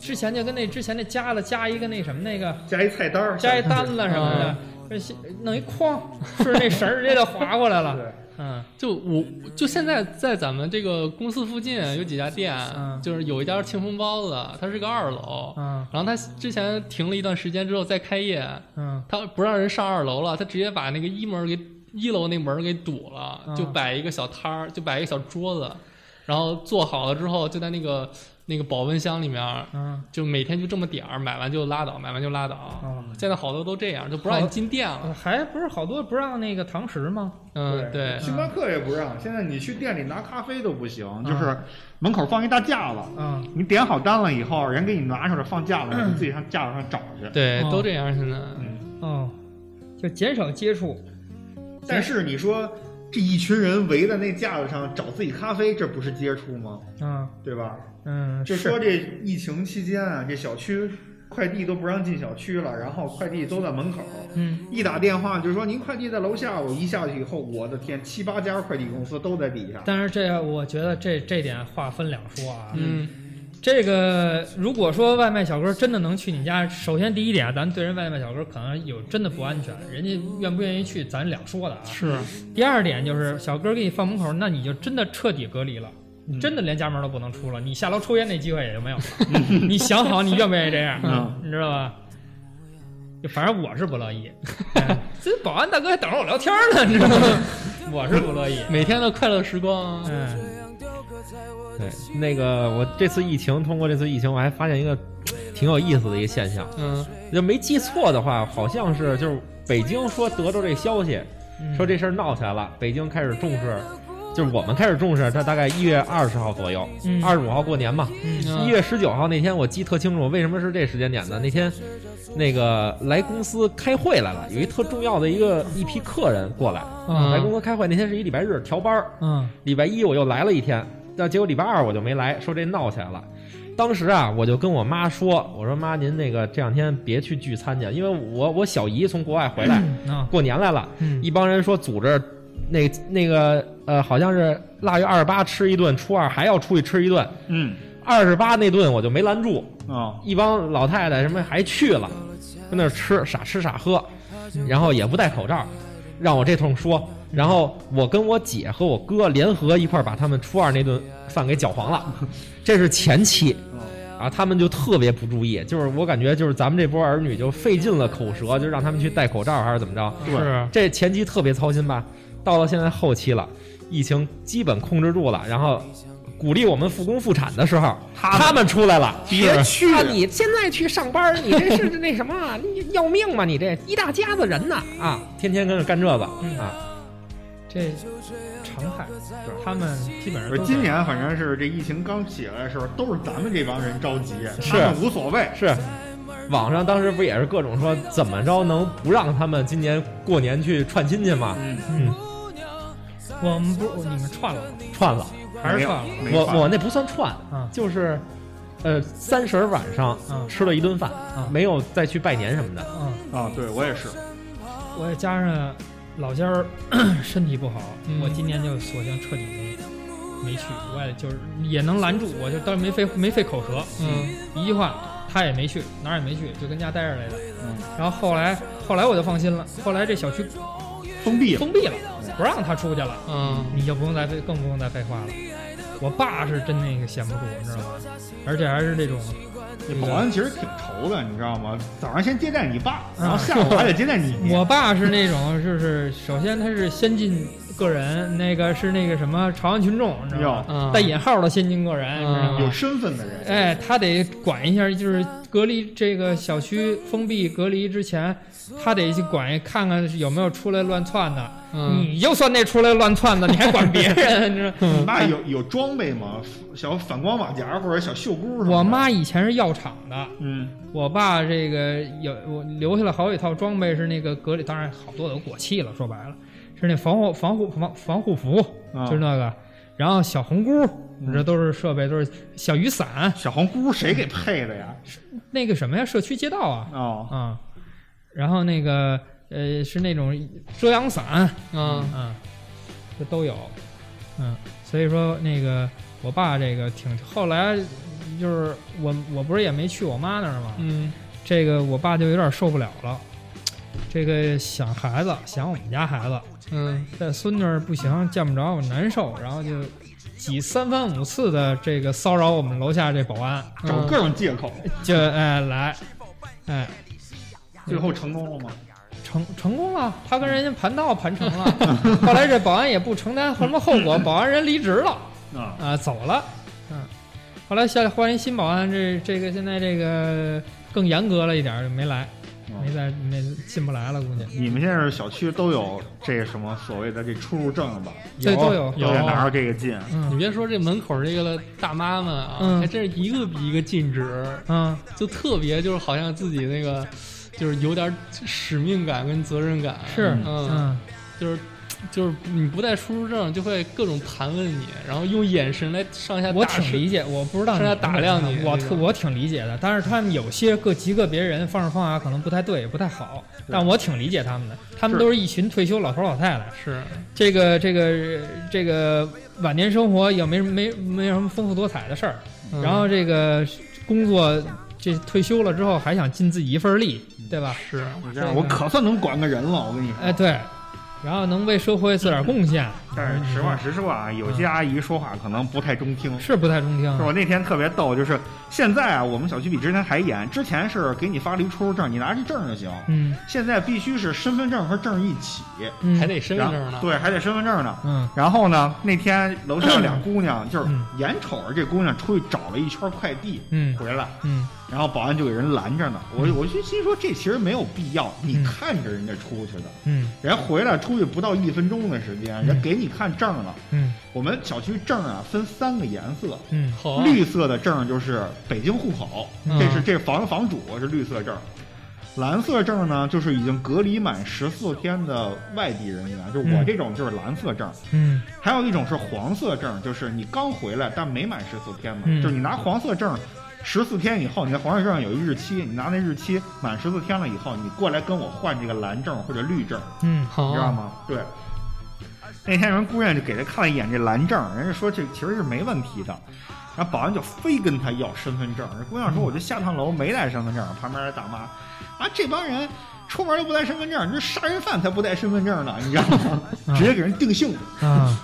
之前就跟那之前那加了加一个那什么那个
加一菜单儿，
加一单子什么的，这些弄一筐，顺着那绳儿直接就滑过来了。
对，
嗯
就我就现在在咱们这个公司附近有几家店，
嗯
就是有一家庆丰包子，它是个二楼，
嗯
然后它之前停了一段时间之后再开业，
嗯
它不让人上二楼了，它直接把那个一门给一楼那门给堵了，
嗯
就摆一个小摊儿，就摆一个小桌子，然后做好了之后就在那个那个保温箱里面，
嗯，
就每天就这么点儿，买完就拉倒，买完就拉倒。
哦
现在好多都这样，就不让你进店了。
还不是好多不让那个堂食吗？
嗯，对，
星巴克也不让，现在你去店里拿咖啡都不行，就是门口放一大架子，
嗯，
你点好单了以后，人给你拿出来放架子上，你自己上架子上找去。
对，
哦
都这样现在。
嗯，
哦，就减少接触。
但是你说这一群人围在那架子上找自己咖啡，这不是接触吗？
嗯
对吧？
嗯，
就是说这疫情期间啊，这小区快递都不让进小区了，然后快递都在门口。
嗯
一打电话就说您快递在楼下，我一下去以后，我的天，七八家快递公司都在底下。
但是这我觉得这这点话分两说啊。
嗯，
这个如果说外卖小哥真的能去你家，首先第一点啊，咱对人外卖小哥可能有真的不安全，人家愿不愿意去，咱两说的啊。
嗯是，
第二点
嗯
就是小哥给你放门口，那你就真的彻底隔离了。你真的连家门都不能出了，你下楼抽烟那机会也就 没有了。你想好你愿不愿意这样，
嗯
你知道吧？就反正我是不乐 意，哎这保安大哥还等着我聊天呢，你知道吗？我是不乐意。
每天的快乐时光啊，
嗯，
对，那个我这次疫情，通过这次疫情，我还发现一个挺有意思的一个现象，
嗯，
就没记错的话，好像是就是北京说得着这消息，
嗯
说这事儿闹起来了，北京开始重视，就是我们开始重视，它大概一月二十号左右
嗯，
二十五号过年嘛，
嗯
一月十九号那天我记特清楚，为什么是这时间点呢？那天那个来公司开会来了，有一特重要的一个一批客人过来，
嗯
来公司开会那天是一礼拜日调班儿，
嗯
礼拜一我又来了一天，那结果礼拜二我就没来，说这闹起来了。当时啊，我就跟我妈说：“我说妈，您那个这两天别去聚餐去，因为我我小姨从国外回来，
啊
过年来了，
嗯
一帮人说组织那那个呃，好像是腊月二十八吃一顿，初二还要出去吃一顿。
嗯
二十八那顿我就没拦住，
啊
一帮老太太什么还去了，跟那儿吃傻吃傻喝，然后也不戴口罩，让我这通说，然后我跟我姐和我哥联合一块儿把他们初二那顿饭给搅黄了，这是前期。啊，他们就特别不注意，就是我感觉就是咱们这波儿女就费尽了口舌，就让他们去戴口罩还是怎么着？
对
是，
这前期特别操心吧，到了现在后期了，疫情基本控制住了，然后鼓励我们复工复产的时候，
他
他
们
们出来了，
别去
啊！你现在去上班儿，你这是那什么啊，你要命吗？你这一大家子人呐啊，天天跟着干这个啊，
这常态，他们基本
不
上
是
都
今年反正是这疫情刚起来的时候，都是咱们这帮人着急，
是
他们无所谓。
是。网上当时不也是各种说怎么着能不让他们今年过年去串亲戚吗？
我们不你们串了吗，
串了，
还
没
是
有
串了。
没
我
法
我那不算串
嗯，
就是，呃，三十儿晚上
嗯
吃了一顿饭
嗯，
没有再去拜年什么的。
嗯，
啊，对我也是，
我也加上老家儿 身体不好，
嗯
我今年就索性彻底没没去，我也就是也能拦住，我就当然没费没费口舌，
嗯
一句话他也没去，哪儿也没去，就跟家待着来的。
嗯
然后后来后来我就放心了，后来这小区
封闭了
封闭了，不让他出去了。
嗯，
你就不用再费，更不用再废话了。我爸是真那个闲不住，你知道吗？而且还是这种，
这保安其实挺愁的，你知道吗？早上先接待你爸，然后下午还得接待你。
嗯我爸是那种，就是首先他是先进个人，那个是那个什么朝阳群众，你知道吗？
嗯
带引号的先进个人，你知道
有
吗？
身份的人，
哎，他得管一下，就是隔离这个小区封闭隔离之前，他得去管看看有没有出来乱窜的。
嗯
你就算那出来乱窜的，你还管别人，你知道 吗？
你爸有有装备吗？小反光马甲或者小袖箍什么的
我妈，以前是药厂的，
嗯，
我爸这个有我留下了好几套装备，是那个隔离，当然好多都过期了。说白了，是那防护防护防防护服，
啊
就是那个。然后小红箍，这都是设备，都是小雨伞，
小红箍谁给配的呀？
那个什么呀，社区街道啊啊、
哦，
然后那个呃是那种遮阳伞，
嗯，
嗯，这都有，嗯，所以说那个我爸这个挺后来就是我我不是也没去我妈那儿吗？
嗯，
这个我爸就有点受不了了，这个想孩子，想我们家孩子，
嗯，
这孙女儿不行，见不着我难受，然后就几三番五次的这个骚扰我们楼下这保安，
找各种借口，
就哎来，哎
最后成功了吗？
成成功了，他跟人家盘道盘成了，后来这保安也不承担什么后果，保安人离职了。
啊，
啊，走了，嗯，后来下换一新保安，这这个现在这个更严格了一点儿，就没来，没在没进不来了，估计
嗯你们现在是小区都有这什么所谓的这出入证了吧？
对都有啊
有
都得拿着这个进。
你
嗯
别说这门口这个大妈们啊，
嗯
还真是一个比一个尽职，
嗯
就特别就是好像自己那个就是有点使命感跟责任感，
是
嗯，
嗯
就是就是你不带出入证就会各种盘问你，然后用眼神来上下
嗯我
打
挺
视
理解，我不知道
是
你
要
们
打量你
我
这
特
种
我挺理解的，但是他们有些个极个别人方式方啊法可能不太对，不太好，但我挺理解他们的，他们
是
都是一群退休老头老太太，
是，
这个这个这个晚年生活也没没没有什么丰富多彩的事儿，
嗯
然后这个工作这退休了之后还想尽自己一份力，
嗯
对吧？
是，
我这样我可算能管个人了，我跟你说。
哎，对，然后能为社会做点贡献，
但是实话实说啊，有些阿姨说话可能不太中听。
是不太中听啊
是。我那天特别逗，就是现在啊，我们小区比之前还严，之前是给你发离出入证，你拿着证就行，
嗯
现在必须是身份证和证一起，
嗯，
还得身份
然
证呢。
对，还得身份证呢。
嗯
然后呢，那天楼下俩姑娘，就是
嗯
眼瞅着这姑娘出去找了一圈快递
嗯
回来，
嗯
然后保安就给人拦着呢。我我就心说这其实没有必要，你看着人家出去的，
嗯
人家回来出去不到一分钟的时间，人家给你看证了。
嗯
我们小区证啊分三个颜色，
嗯
好啊，
绿色的证就是北京户口，
嗯
这是这房房主是绿色证。蓝色证呢，就是已经隔离满十四天的外地人员，就是我
嗯
这种就是蓝色证。
嗯
还有一种是黄色证，就是你刚回来但没满十四天嘛，
嗯
就是你拿黄色证，十四天以后，你的黄色证有一日期，你拿那日期满十四天了以后，你过来跟我换这个蓝证或者绿证，
嗯
好
你知道吗？对。那天人姑娘就给他看了一眼这蓝证，人家说这其实是没问题的，然后保安就非跟他要身份证。人姑娘说我就下趟楼没带身份证，旁边的大妈啊这帮人出门都不带身份证，这杀人犯才不带身份证呢，你知道 吗？
嗯
直接给人定性了。
啊，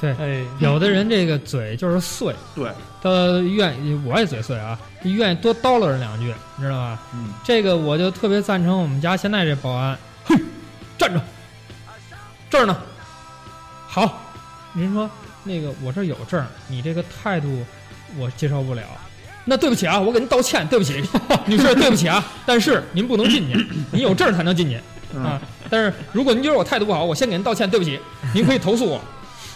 对，
哎，
有的人这个嘴就是碎，
对，
他愿意我也嘴碎啊，愿意多叨唠人两句，你知道吧？
嗯，
这个我就特别赞成我们家现在这保安，嘿，站住，这儿呢，好，您说那个我这儿有证儿，你这个态度我接受不了。那对不起啊，我给您道歉，对不起，女士，对不起啊。但是您不能进去，您有证儿才能进去啊。但是如果您觉得我态度不好，我先给您道歉，对不 起，您可以投诉我。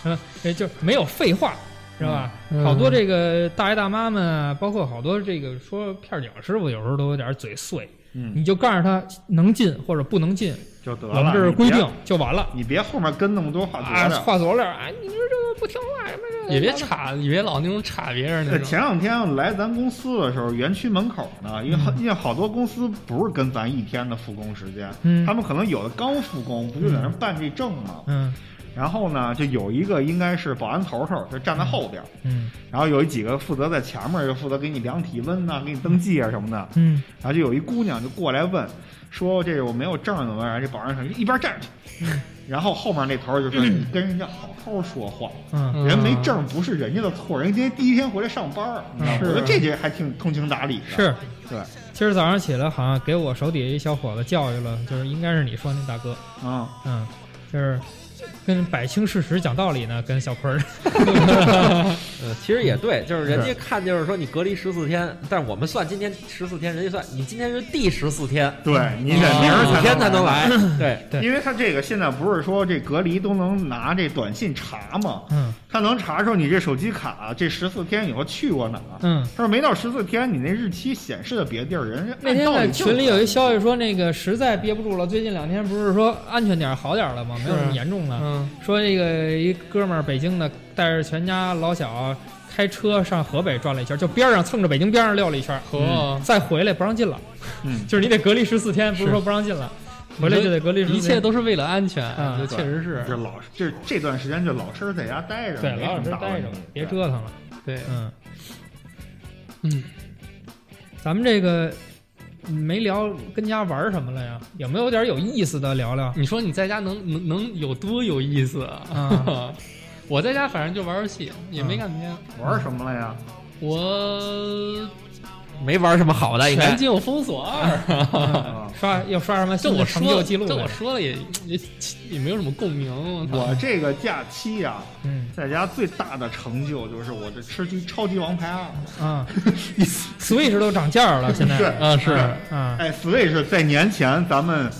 嗯，也就没有废话，是吧？
嗯
好多这个大爷大妈们啊，包括好多这个说片儿警师傅，有时候都有点嘴碎。
嗯
你就告诉他能进或者不能进，
就得了。
我们这是
你
规
别
定，就完了。
你别后面跟那么多话
啊
多，的。
话佐料啊，你说这个不听话什么这个
也别插，也别老那种插别人那
呃
种。
前两天来咱公司的时候，园区门口呢，
嗯
因为好因为好多公司不是跟咱一天的复工时间，
嗯
他们可能有的刚复工，不就在那儿办这证吗？
嗯
然后呢，就有一个应该是保安头头，就站在后边儿，
嗯
然后有几个负责在前面儿，就负责给你量体温呐、给你登记啊什么的。
嗯
然后就有一姑娘就过来问，说这个我没有证儿怎么办？然后这保安说你一边站着去。 然后后面那头儿就说你跟人家好好说话，
嗯
嗯
人没证儿不是人家的错，人家今天第一天回来上班儿，你知道吗？
嗯是
我觉得这这还挺通情达理的。，
是。
对，
今儿早上起来好像给我手底下一小伙子教育了，就是应该是你说那大哥，
嗯，
嗯，就是跟摆清事实讲道理呢，跟小坤儿。
呃，其实也对，就是人家看就是说你隔离十四天，但是我们算今天十四天，人家算你今天是第十四天，
对你得
啊
明儿
第五天才能来。对，
哦对
因为他这个现在不是说这隔离都能拿这短信查吗？
嗯
他能查出你这手机卡这十四天以后去过哪儿。
嗯。
他说没到十四天，你那日期显示的别地儿，人家
那天
按道
在
理就
群里有一消息说，那个实在憋不住了，最近两天不是说安全点儿好点儿了吗？没有那么严重了。
嗯，
说这个一哥们儿北京的，带着全家老小开车上河北转了一圈，就边上蹭着北京边上溜了一圈，
和
再回来不让进了。
嗯
就是你得隔离十四天，不是
嗯是
说不让进了，回来就得隔离14天
一切都是为了安全
嗯，
这确实
就是老就是这段时间就老实在家待着，
对，
没
老老
什
实
么
实
大
待着
问
吧
题，
别折腾了。
对，
嗯，
嗯，
咱们这个没聊跟家玩儿什么了呀？有没有点有意思的聊聊？
你说你在家能能能有多有意思
啊？ 嗯
我在家反正就玩游戏，也没干别的。
玩什么了呀？
我
没玩什么好的，应该
全境封锁二，
啊
刷要刷什么
这
新的
我
成就
说
记录
这
来
我
着？
说了也也也没有什么共鸣。我
我这个假期啊，
嗯
在家最大的成就就是我这吃鸡超级王牌 二，
啊，Switch 都涨价了，现在
对
啊是
啊，
哎，Switch 在年前咱们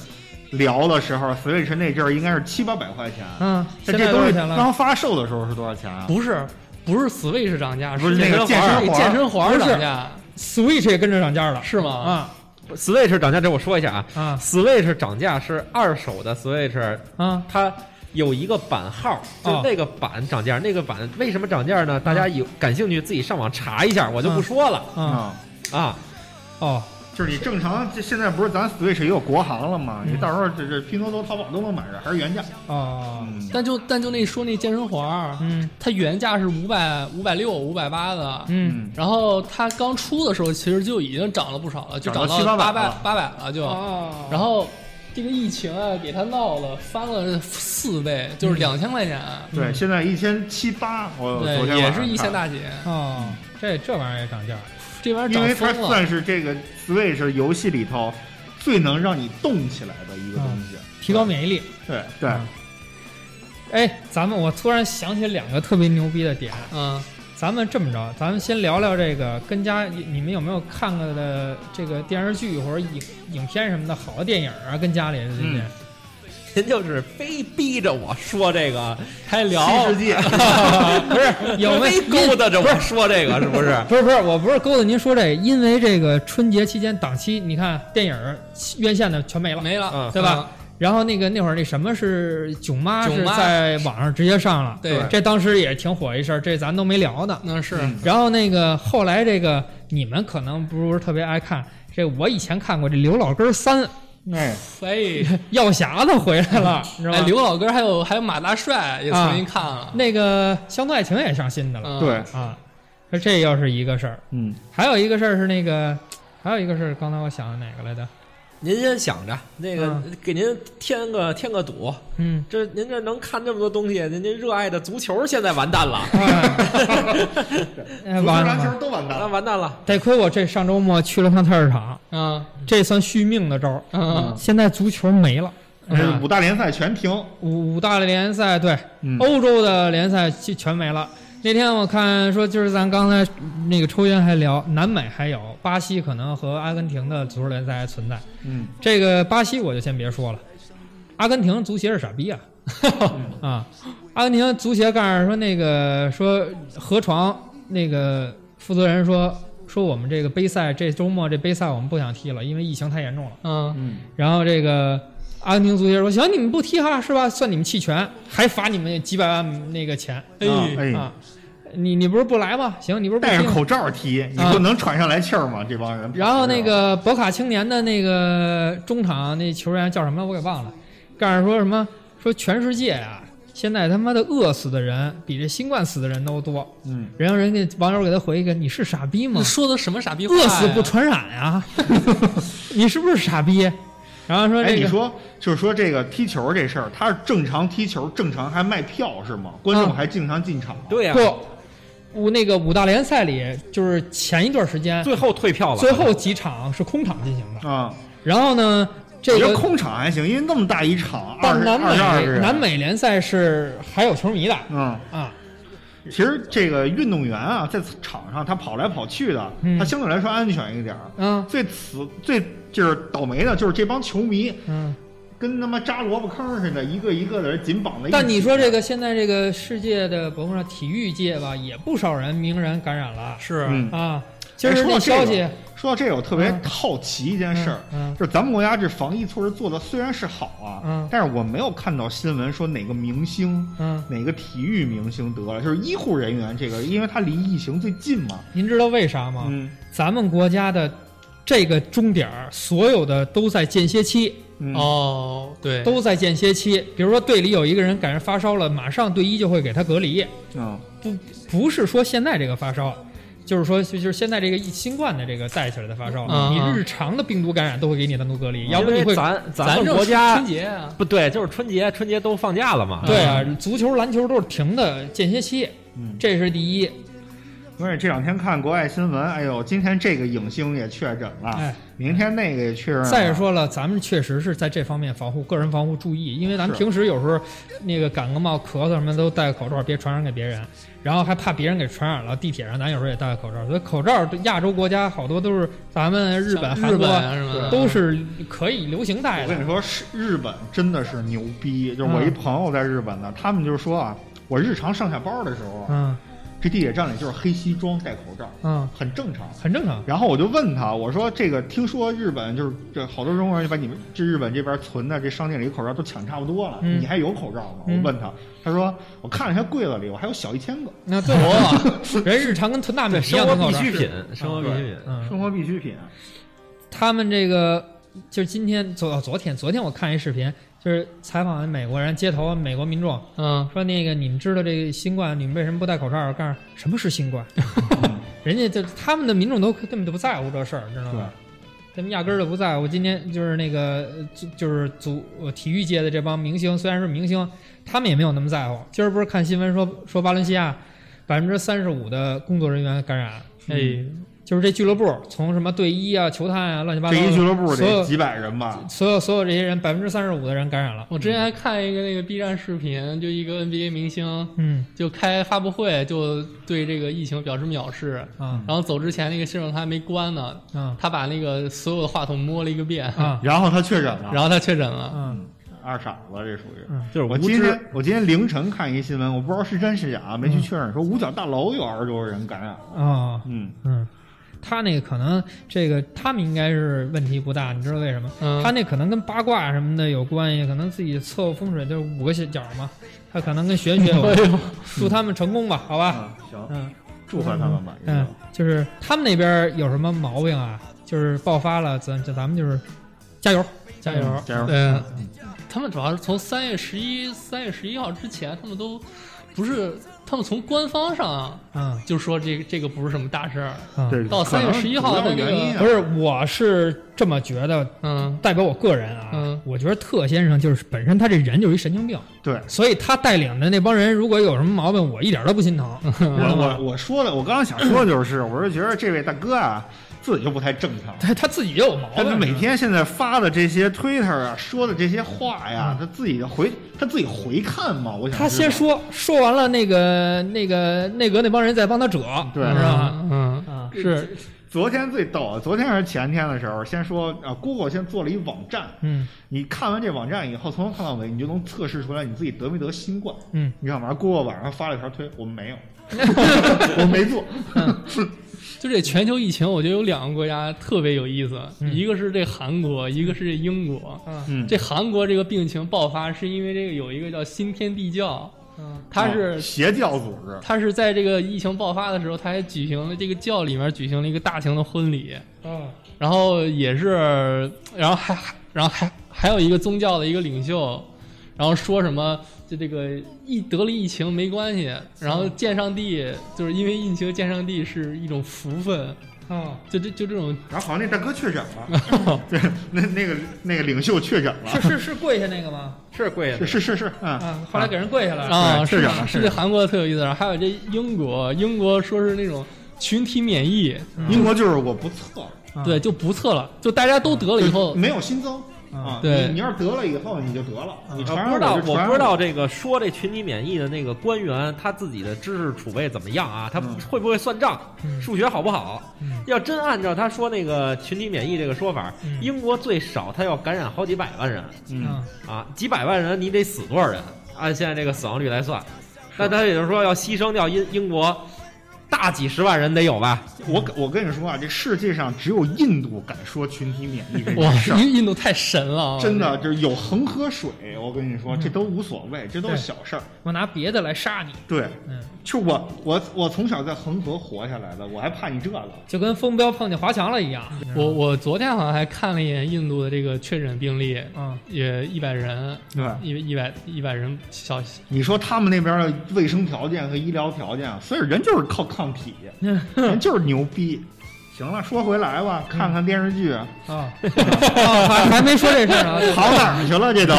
聊的时候，Switch 那阵儿应该是七八百块钱，
嗯，现
但
在
这
多
东
少
西
钱了？
刚发售的时候是多少钱啊？
不是不是 Switch 涨价，
不是那个
健
健身环啊
健身环
不是
涨价
Switch 也跟着涨价了，
是吗？
啊
Switch 涨价，这我说一下啊
啊
，Switch 涨价是二手的 Switch，
啊！
它有一个版号，
哦
就那个版涨价，那个版为什么涨价呢？嗯大家有感兴趣自己上网查一下，我就不说了
啊
啊，
啊。
哦，
就是你正常，这现在不是咱 Switch 也有国行了吗？
嗯
你到时候这这拼多多、淘宝都能买着，还是原价。
哦，
嗯，
但就但就那说那健身环儿，
嗯
它原价是五百五百六五百八的，
嗯，
嗯
然后它刚出的时候其实就已经涨了不少了，就
涨到
到八
700
百
了
八百了就。
哦，
然后这个疫情啊，给它闹了翻了四倍，就是两千块钱，
对，现在一千七八，我嗯昨天
对，也
晚上
是一
看
线大姐，
哦，这这玩意儿也涨价，
这玩意儿
因
涨
为它
疯了。
算是这个 Switch 游戏里头最能让你动起来的一个东西，
提高免疫力。
对对
嗯哎，咱们我突然想起两个特别牛逼的点，
嗯，
咱们这么着，咱们先聊聊这个跟家，你你们有没有看过的这个电视剧或者影影片什么的好的电影啊？跟家里人最近，
嗯
您就是非逼着我说这个，
还聊
新世 界
不是有没
非勾搭着我说这个，是不是？
不是不是，我不是勾搭您说这个，因为这个春节期间档期，你看电影儿院线的全没了，
没了，
嗯
对吧？然后那个那会儿那什么是囧妈
囧
是
妈
在网上直接上了，
对
这当时也挺火一事儿，这咱都没聊呢。
嗯？那是
嗯
然后那个后来这个你们可能不是特别爱看，这我以前看过这《刘老根儿三》，
哎，
哎，
药匣子回来了，
嗯
你知道
哎，
吗？啊
刘老根还有还有马大帅也重新看了，
那个《乡村爱情》也上新的了、
嗯，
对，
啊，说这又是一个事儿，
嗯，
还有一个事儿是那个，还有一个事儿，刚才我想哪个来着？
您先想着那个
嗯，
给您添个添个堵。
嗯，
这您这能看这么多东西，您这热爱的足球现在完蛋了，
哎
足球、
完
篮
了
球，都完蛋
那
了。
完蛋了。
得亏我这上周末去了趟菜市场，
嗯
这算续命的招儿。
嗯
现在足球没了，
哎
嗯
五大联赛全停，
五五大联赛对，
嗯
欧洲的联赛就全没了。那天我看说，就是咱刚才那个抽烟还聊，南美还有巴西可能和阿根廷的足球联赛还存在。
嗯，
这个巴西我就先别说了，阿根廷足协是傻逼啊！
嗯
啊，阿根廷足协告诉说那个说河床那个负责人说说我们这个杯赛这周末这杯赛我们不想踢了，因为疫情太严重了。
嗯，
然后这个阿根廷足协说行，你们不踢哈是吧？算你们弃权，还罚你们几百万那个钱
啊
哎，
哎，
啊！你你不是不来吗？行，你不是不
戴
踢
上
吗？
口罩踢，你
啊
不能喘上来气儿吗？这帮人。
然后那个博卡青年的那个中场那球员叫什么我给忘了，告诉说什么说全世界啊，现在他妈的饿死的人比这新冠死的人都多。
嗯，
然后人家网友给他回一个：“你是傻逼吗
你？说的什么傻逼话呀？
饿死不传染啊！ 你是不是傻逼？”然后说
哎，
这
你
个
说就是说这个踢球这事儿，他是正常踢球，正常还卖票是吗？观众
啊
还经常进场。
对呀、
不，五那个五大联赛里，就是前一段时间
最后退票了，
最后几场是空场进行的。
啊，
然后呢，这
我觉
个
得空场还行，因为那么大一场，二
但
十
南
二十二个
美
人。
南美联赛是还有球迷的
嗯，
啊，
其实这个运动员啊，在场上他跑来跑去的，
嗯
他相对来说安全一点儿。
嗯
最此最就是倒霉的，就是这帮球迷
嗯。
跟他妈扎萝卜坑似的，一个一个的人紧绑在一起。
但你说这，个现在这个世界的甭说体育界吧，也不少人名人感染了
是，
嗯，
啊。今儿
说到
那
这个
消息，
说到这个，我特别
嗯
好奇一件事儿，
嗯嗯
就是咱们国家这防疫措施做的虽然是好啊，
嗯
但是我没有看到新闻说哪个明星。
嗯，
哪个体育明星得了？就是医护人员这个，因为他离疫情最近嘛。
您知道为啥吗？
嗯
咱们国家的这个终点儿，所有的都在间歇期。
嗯
哦，对，
都在间歇期。比如说队里有一个人感染发烧了，马上队医就会给他隔离，
嗯
不不是说现在这个发烧，就是说就就是现在这个新冠的这个带起来的发烧，
嗯
你日常的病毒感染都会给你单独隔离，要
啊因
不你
为
会。
咱
咱
们
这
国家
春节啊，
不对，就是春节，春节都放假了嘛。
对啊，足球、篮球都是停的间歇期，
嗯，
这是第一。
而且这两天看国外新闻，哎呦，今天这个影星也确诊了，
哎
明天那个也确
嗯
诊了。
再，说了，咱们确实是在这方面防护个人防护注意，因为咱们
是
平时有时候那个感个冒、咳嗽什么都戴口罩，别传染给别人，然后还怕别人给传染了。地铁上咱有时候也戴口罩，所以口罩对亚洲国家好多都是咱们日本、
像
韩
日
国
本啊什么的
都是可以流行戴
我跟
的
你。说，是日本真的是牛逼。就是我一
嗯
朋友在日本呢，他们就说啊，我日常上下班的时候，啊
嗯
这地铁站里就是黑西装戴口罩，
嗯，
很正常。
很正常。
然后我就问他，我说这个听说日本就是这好多中国人就把你们这日本这边存的这商店里口罩都抢差不多了，
嗯
你还有口罩吗？
嗯
我问他，他说我看了一下柜子里，我还有小一千个
那对，
啊
人日常跟囤大米
对，
一
生
样
活
的口
必
罩
需。品，生活必需品。
嗯
生活必需品。
他们这个就是今天昨哦昨天昨天我看一视频，就是采访美国人街头美国民众，
嗯，
说那个你们知道这个新冠，你们为什么不戴口罩？我告诉你什么是新 冠，人家就他们的民众都根本就不在乎这事儿，知道吗？他们压根儿就不在乎。今天就是那个呃就就是足呃体育界的这帮明星，虽然是明星，他们也没有那么在乎。今儿不是看新闻说说巴伦西亚百分之三十五的工作人员感染，
哎，
嗯
就是这俱乐部从什么队医啊、球探啊、乱七八
这
糟
一俱
的，
乐部
所有
得几百人吧？
所有所有这些人百分之三十五的人感染了。
我
嗯
之前还看一个那个 B 站视频，就一个 NBA 明星
嗯
就开发布会，就对这个疫情表示藐视。
啊
然后走之前，那个信号他还没关呢，
啊
他把那个所有的话筒摸了一个遍，
嗯
啊
然后他确诊了，
然后他确诊了。
啊！
二傻子这属于。
嗯
就是
我
无
今
知
天我今天凌晨看一新闻，我不知道是真是假，没
嗯
去确认，说五角大楼有二十多人感染了。
啊，
嗯，
嗯，他那个可能这个他们应该是问题不大，你知道为什么？
嗯，
他那可能跟八卦什么的有关系，可能自己测过风水就是五个角嘛，他可能跟玄 学有关。祝他们成功吧，好吧？
啊，行，
嗯
祝贺他们吧。
嗯，就是他们那边有什么毛病啊？就是爆发了，咱咱咱们就是加油加油。
嗯
嗯
加油！
对，他们主要是从三月十一、三月十一号之前，他们都不是，他们从官方上
嗯
就说这个这个不是什么大事儿。
嗯，
对，
到3月11号
可能主要原因啊
不是，我是这么觉得，
嗯
代表我个人啊，
嗯
我觉得特先生就是本身他这人就是一神经病。
对。
所以他带领的那帮人，如果有什么毛病，我一点都不心疼。
我我我说的，我刚刚想说的就是，我是觉得这位大哥啊，自己就不太正常。
他他自己也有毛
他
病，
每天现在发的这些 Twitter 啊，说的这些话呀，他自己回他自己回看嘛。我想
他
知
先
道，
说说完了，那个那个内阁那帮人再帮他折，
对
是吧？
嗯，
啊，
是，
昨天最逗，啊昨天还是前天的时候，先说啊，Google 先做了一网站，
嗯
你看完这网站以后，从头看到尾，你就能测试出来你自己得没得新冠。
嗯，
你看，完 Google 晚上发了一条推，我们没有， 我没 做。
嗯
就这全球疫情，我觉得有两个国家特别有意思，
嗯
一个是这韩国，一个是这英国。
嗯
嗯，
这韩国这个病情爆发是因为这个有一个叫新天地教，
嗯
它是
哦邪教组织，
他是在这个疫情爆发的时候，他还举行了这个教里面举行了一个大型的婚礼，
嗯
然后也是，然后还，还然后还还有一个宗教的一个领袖，然后说什么就这个疫得了疫情没关系，然后见上帝就是因为疫情见上帝是一种福分，
嗯，
就这就这 种，啊
然后好像那大哥确诊了，对，那那个那个领袖确诊了
是，是是跪下那个吗？
是贵
是是是是，嗯，
啊，后来给人跪下了。
啊，
哎是
是
这样是
是
这
这
样
韩国特有意思，然后还有这英国，英国说是那种群体免疫，
英国就是我不测，
啊
对，就不测了，就大家都得了以后
就，没有新增啊。
对
你你要是得了以后你就得了，你
我
传
呃不知
染
道，
我就
我
传染
不知道这个说这群体免疫的那个官员他自己的知识储备怎么样啊？他
嗯
会不会算账？
嗯
数学好不好
嗯？
要真按照他说那个群体免疫这个说法
嗯，
英国最少他要感染好几百万人
嗯，
啊，几百万人你得死多少人？按现在这个死亡率来算，那他也就是说要牺牲掉英英国大几十万人得有吧？
我我跟你说啊，这世界上只有印度敢说群体免疫这
哇
件事，儿。
印印度太神了啊，
真的就是有恒河水，我跟你说，这都无所谓，这都是小事儿。
我拿别的来杀你，
对，
嗯，
就我我我从小在恒河活下来的，我还怕你这个？
就跟风标碰见华强了一样。
我我昨天好像还看了一眼印度的这个确诊病例，
嗯
也一百人，
对，
一一百一百人小，
你说他们那边的卫生条件和医疗条件，啊所以人就是靠抗体， 人就是牛逼。行了，说回来吧，看看电视剧，
嗯
啊， 哦还还没说这事儿 呢。
跑哪儿去了？ 这都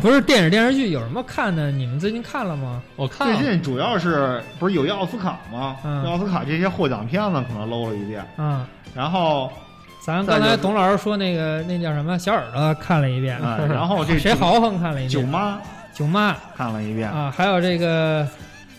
不是电影电视剧有什么看的？你们最近看了吗？
我看
最
了
近主要是不是有一奥斯卡吗？
嗯
奥斯卡这些获奖片子可能搂了一遍，
啊，
然后
咱刚才董老师说那个那叫什么小耳朵看了一遍，
啊、然后 这
谁
九
豪横看了一
九
遍，
妈
九妈
看了一遍，
啊，还有这个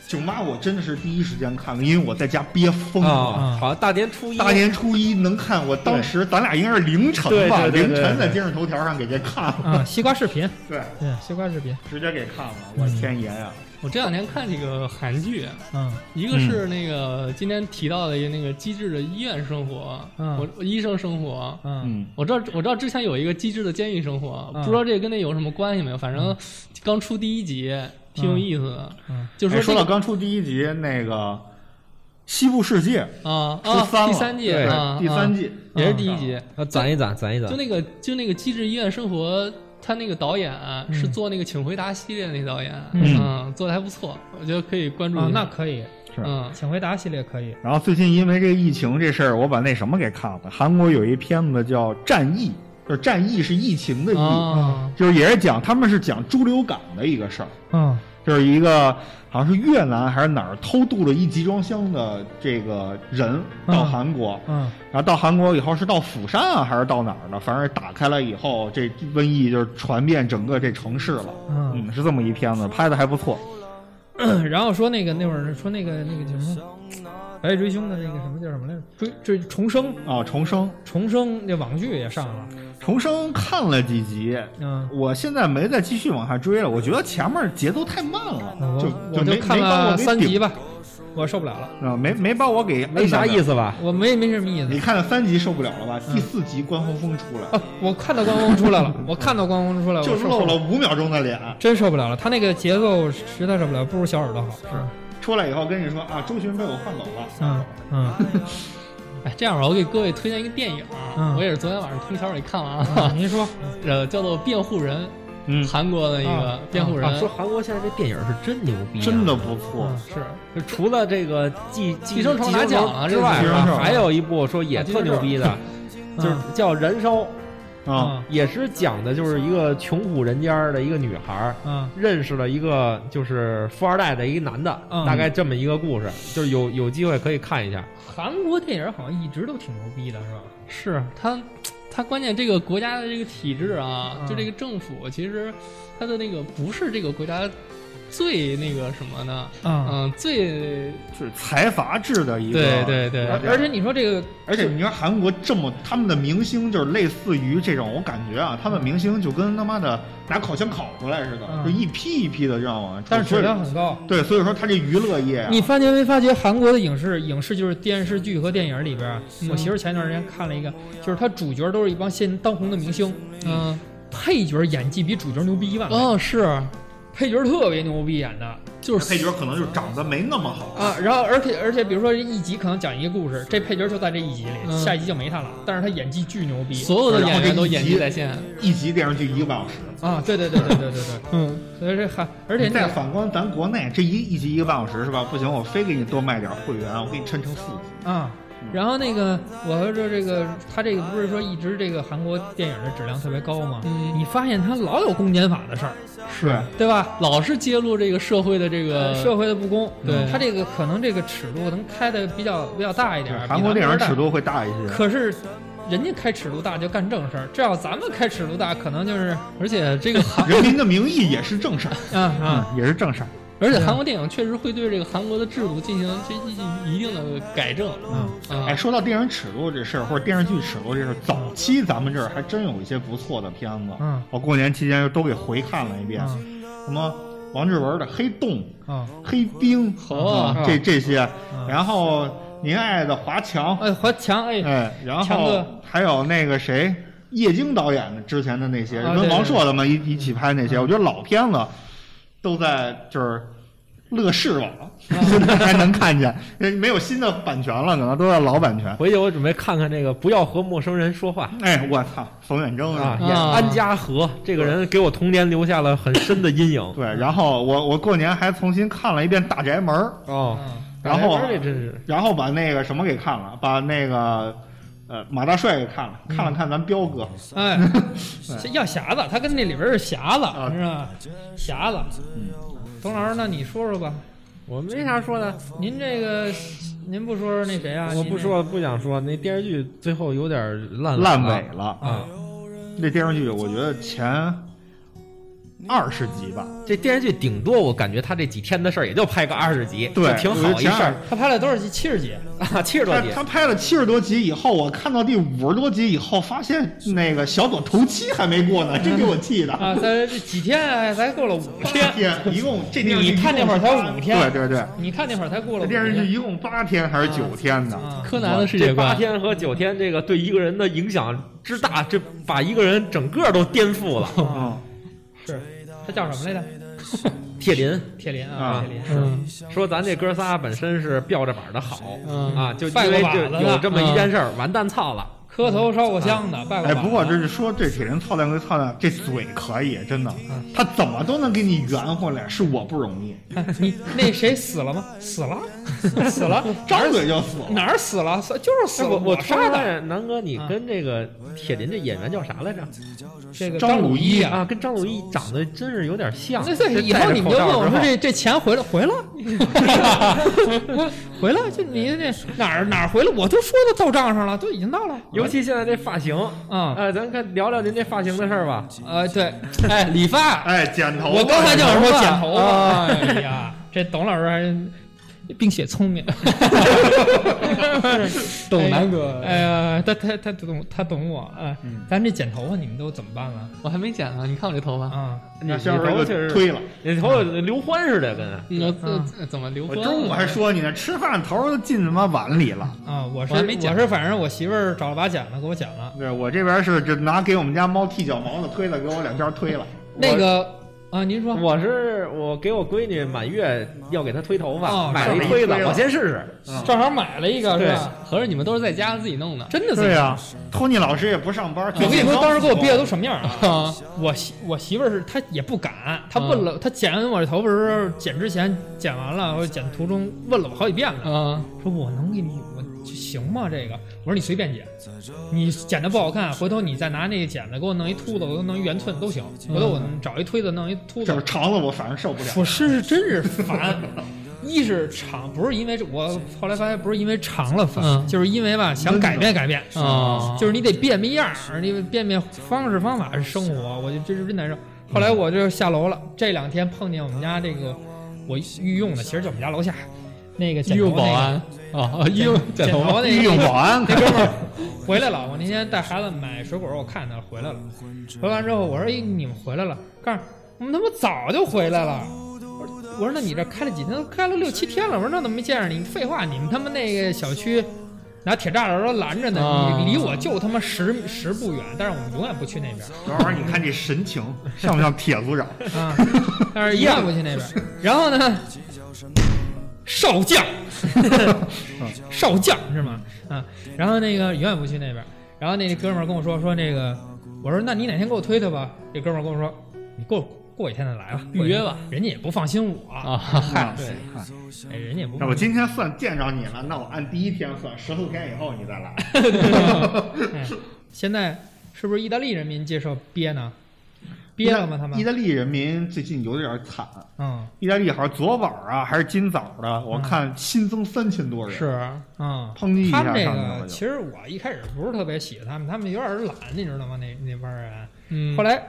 九妈我真的是第一时间看了，因为我在家憋疯了。
啊，好像大年初一，
大年初一能看，我当时咱俩应该是凌晨吧，
对对对对
凌晨在今日头条上给这看 了，
啊西瓜视频，
对，
对西瓜视频，
直接给看了，我
嗯
天爷呀、
我这两天看几个韩剧，
嗯
一个是那个、今天提到的一个那个《机智的医院生活》
嗯
我我医生生活。
嗯
嗯，
我知道，我知道之前有一个机智的监狱生活，
嗯
不知道这跟那有什么关系没有？反正刚出第一集，挺有意思的。
嗯
就
哎
说
说
这
到
个
刚出第一集那个，西部世界
啊
出
啊，
三了，
第三季
对
啊，
哎第三
季
季
也是第一集，
啊，攒一攒，攒一攒
就。那个就那个《机智医院生活》，他那个导演啊
嗯
是做那个《请回答》系列那导演，
嗯
嗯，做的还不错，我觉得可以关
嗯
注
啊
一，
那
下。
可以，啊
是
嗯，
请回答系列可以。
然后最近因为这疫情这事儿，我把那什么给看了。韩国有一片子叫《战役》，就是战役是疫情的疫，
啊，
就是也是讲他们是讲猪流感的一个事儿，
嗯
就是一个好像是越南还是哪儿偷渡了一集装箱的这个人到
嗯
韩国，
嗯
然后到韩国以后是到釜山啊还是到哪儿呢？反正打开了以后，这瘟疫就是传遍整个这城市了。
嗯。
嗯，是这么一片子，拍的还不错。
然后说那个那会儿说那个那个叫什么《白夜追凶》的那个什么叫什么来着？追追重生，
啊，重生，
重生这网剧也上了。
重生看了几集，
嗯，
我现在没再继续往下追了，我觉得前面节奏太慢了，就
啊嗯我
没
就看
没把我
了
给
三集
顶
吧，我受不了了，
啊，没没把我给
没啥意
思。
思吧？
我没没什么意思。
你看了三集受不了了吧？第四集关宏峰出来
啊，嗯 我看到关公出来了，我看到关公出来，
就
我受
露
不
了，五秒钟的脸，
真受不了了。他那个节奏实在受不了，不如小耳朵好。是，
出来以后跟你说啊，周迅被我换走了。
嗯嗯
哎，这样吧，我给各位推荐一个电影啊，
嗯
我也是昨天晚上听小蕊看完
嗯，
了，啊
您说
呃，叫做《辩护人》，
嗯
韩国的一个
啊
辩护人
啊，，说韩国现在这电影是真牛逼啊，
真的不错
嗯，
是
就除了这个寄寄
寄生虫拿奖了
之外
这是寄生
啊，
虫
还有一部说也特牛逼的，就是叫《燃烧》，
嗯
啊！
也是讲的就是一个穷苦人家的一个女孩儿
嗯
认识了一个就是富二代的一个男的，
嗯
大概这么一个故事，就是有有机会可以看一下。
韩国电影好像一直都挺嗯牛逼的，是吧？
是他，他关键这个国家的这个体制啊，
嗯
就这个政府，其实他的那个不是这个国家最那个什么呢？
嗯，
嗯，最
就是财阀制的一个，
对对对
而
而且你说这个，
而且你说韩国这么，他们的明星就是类似于这种，我感觉啊，他们明星就跟他妈的拿烤箱烤出来似的，
嗯
就一批一批的这样往出。
但是质量
所
很高。
以对，所以说他这娱乐业啊，
你发觉没发觉韩国的影视，影视就是电视剧和电影里边儿，我媳妇儿前段时间看了一个，就是它主角都是一帮现当红的明星，
嗯
配角演技比主角牛逼一万倍，
哦是
配角特别牛逼演的
就是
配角可能就长得没那么好，
啊。然后而且而且，比如说一集可能讲一个故事，这配角就在这一集里，
嗯
下一集就没他了，但是他演技巨牛逼
所有的
然后
演
这
员
一
都演技
集
在线，
一集电视剧一个半小时。
啊！对对对对对对对，
嗯，
所以这韩，而且
你再
那个
反观咱国内这一一集一个半小时是吧？不行，我非给你多卖点会员，我给你抻成四集。
啊。
嗯
然后那个，我说这个，他这个不是说一直这个韩国电影的质量特别高吗？
嗯
你发现他老有公检法的事儿，
是，
对吧？
老是揭露这个社会的这个
社会的不公，
对
他这个可能这个尺度能开的比较比较大一点，
韩国
比咱
电影
们这儿
尺度会大一些
大。。可是人家开尺度大就干正事儿，这要咱们开尺度大，可能就是
而且 这个韩，
人民的名义也是正事儿，
啊啊，
嗯，也是正事儿。
而且韩国电影确实会对这个韩国的制度进行这一一定的改正，
嗯，
嗯
哎，说到电影尺度这事儿，或者电视剧尺度这事儿，早期咱们这儿还真有一些不错的片子。
嗯，
我过年期间又都给回看了一遍，
嗯
什么王志文的《黑洞》
啊，
《黑冰》
哦
啊这这些，
嗯
然后您爱的华强，
哎，华强哎，
哎，然
强
后
哥
还有那个谁。叶京导演的之前的那些，
啊
跟
对
王
对嗯
朔他们一一起拍那些，我觉得老片子都在就是乐视网，
啊
现在 还能看见，没有新的版权了，可能都在老版权。
回去我准备看看这个《不要和陌生人说话
哎，我操，冯远征》
啊，
啊！
演安家和这个人给我童年留下了很深的阴影。
对，然后我我过年还重新看了一遍《大宅门》，
哦，
嗯
然后
这真是
然后把那个什么给看了，把那个呃马大帅给看了，
嗯
看了看咱彪哥，
哎，这药匣子，他跟那里边是匣
啊
子，是吧？匣子，董老师，那你说说吧，
我没啥说的，
您这个您不说说那谁啊？
我
您
不
那
说，不想说。那电视剧最后有点烂
烂尾
尾
了。
啊！
嗯
那电视剧我觉得前二十集吧，
这电视剧顶多我感觉他这几天的事儿也就拍个二十集，
对
就挺好一事儿
他拍了多少集？七十集，
啊，七十多
他
集
他拍了七十多集以后，我看到第五十多集以后，发现那个小左头七还没过呢，这给我气的。
啊，才这几天哎才过了五
八
天，
天，一共这电视剧
你看
一
那
共
会儿才五天嗯
对对对，
你看那会儿才过了
这
五
电视
天
剧一共八天还是九天呢？
啊，
柯南的世界
这八
观，
天和九天，这个对一个人的影响之大，这把一个人整个都颠覆了。
嗯，
是他叫什么来着？
铁林
铁林啊，
啊
铁林，
嗯
说咱这哥仨本身是吊着板儿的好
嗯
啊，就因
拜过
为
把
这
子的嗯
有这么一件事儿，完蛋操了。
磕头烧过香的，拜过把
哎，
子。
不过这是说这铁人操蛋归操蛋，这嘴可以，真的，
嗯
他怎么都能给你圆回来，是我不容易，
哎你那谁死了吗？死了，死了，
张嘴就死了。
哪儿死了？死就是死
哎
了，嗯
我我
杀的。
的南哥，你跟这个铁林这演员叫啥来着？
这个
张
张
鲁
一
一
啊。
啊，跟张鲁一长得真是有点像。
那这
这
以
戴
后
着
你们就
口罩
问我
之
说
后
这这钱回来回 了，回来就你那哪儿哪儿回来，我都说到到账上了，都已经到了。
尤其现在这发型啊、
啊、
呃咱看聊聊您这发型的事儿吧。
呃对，哎理发，
哎，剪头发，
我刚才就想说剪头发，
啊
啊哎呀， 这董老师还并且聪 明，
懂南哥
哎呀，他他他懂他懂我啊，咱这剪头发你们都怎么办了
我还没剪呢，你看我这头发，
啊？
你
那
你
下边
头
儿
确
就
实，
推了。
你头刘欢似的跟。啊
那这
嗯
这怎么留
我
光？
中午还说你呢，吃饭头儿都进他妈碗里了。
啊，我是
我还没剪
我是反正我媳妇儿找了把剪子给我剪了。
对我这边是就拿给我们家猫剃脚毛子推了，给我两边推 了。
那个啊，您说
我是我给我闺女满月要给她推头发，
哦
买了一推子，我先试试。
嗯
正好买了一个是
对
吧？
合着你们都是在家自己弄的？
真的
对
呀、
呀、托尼老师也不上班。
我跟你说，当时给我憋的都什么样啊？
啊，
我媳我媳妇儿是她也不敢，她问了，她剪我这头发时候，剪之前剪完了或者剪途中问了我好几遍了，
啊，
说我能给你我行吗？这个我说你随便剪，你剪的不好看，回头你再拿那个剪子给我弄一秃子，我给我弄一圆寸都行，回头我找一推子弄一秃子
就是。肠子，我反正受不了。
我嗯是是真是烦。一是长，不是因为这我后来发现不是因为长了烦，
嗯
就是嗯因为吧想改变改变
哦
就是你得变变样儿，你变变方式方法生活，我就这是真难受。后
嗯
来我就下楼了，这两天碰见我们家这个我御用的，其实就我们家楼下那个剪
医
头
用
那
保
个
安啊，啊医用
剪
剪头发
那个
御用 保安，
那哥们儿回来了，我那天带孩子买水果，我看他回来了。回完之后，我说：“哎，你们回来了？”告诉我们他妈早就回来了。我说：“我说那你这开了几天？开了六七天了。”我说：“那怎么没见着你？废话，你们他妈那个小区拿铁栅栏都拦着呢，
啊
你离我就他妈十十步远，但是我们永远不去那边。”
等会儿你看这神情，像不像铁 组长？
啊，但是一样不去那边。然后呢，少将， 少将是吗？啊，然后那个永远不去那边。然后那哥们儿跟我说说那个，我说那你哪天给我推推吧。这哥们儿跟我说，你过过几天再来吧，
预约吧。
人家也不放心我，
啊，
嗯嗨
对，哎，人家也不
那
放
我
心。
今天算见着你了，那我按第一天算，十四天以后你 再来。
哎现在是不是意大利人民接受憋呢？憋了吗？他们？
意大利人民最近有点儿惨，
嗯
意大利好像昨晚儿啊还是今早儿的，我看新增三千多人，
是
嗯。
抨击一
他
下
们
上
这
去了
个
就。
其实我一开始不是特别喜欢他们，他们有点懒，你知道吗？那那帮人，
嗯，
后来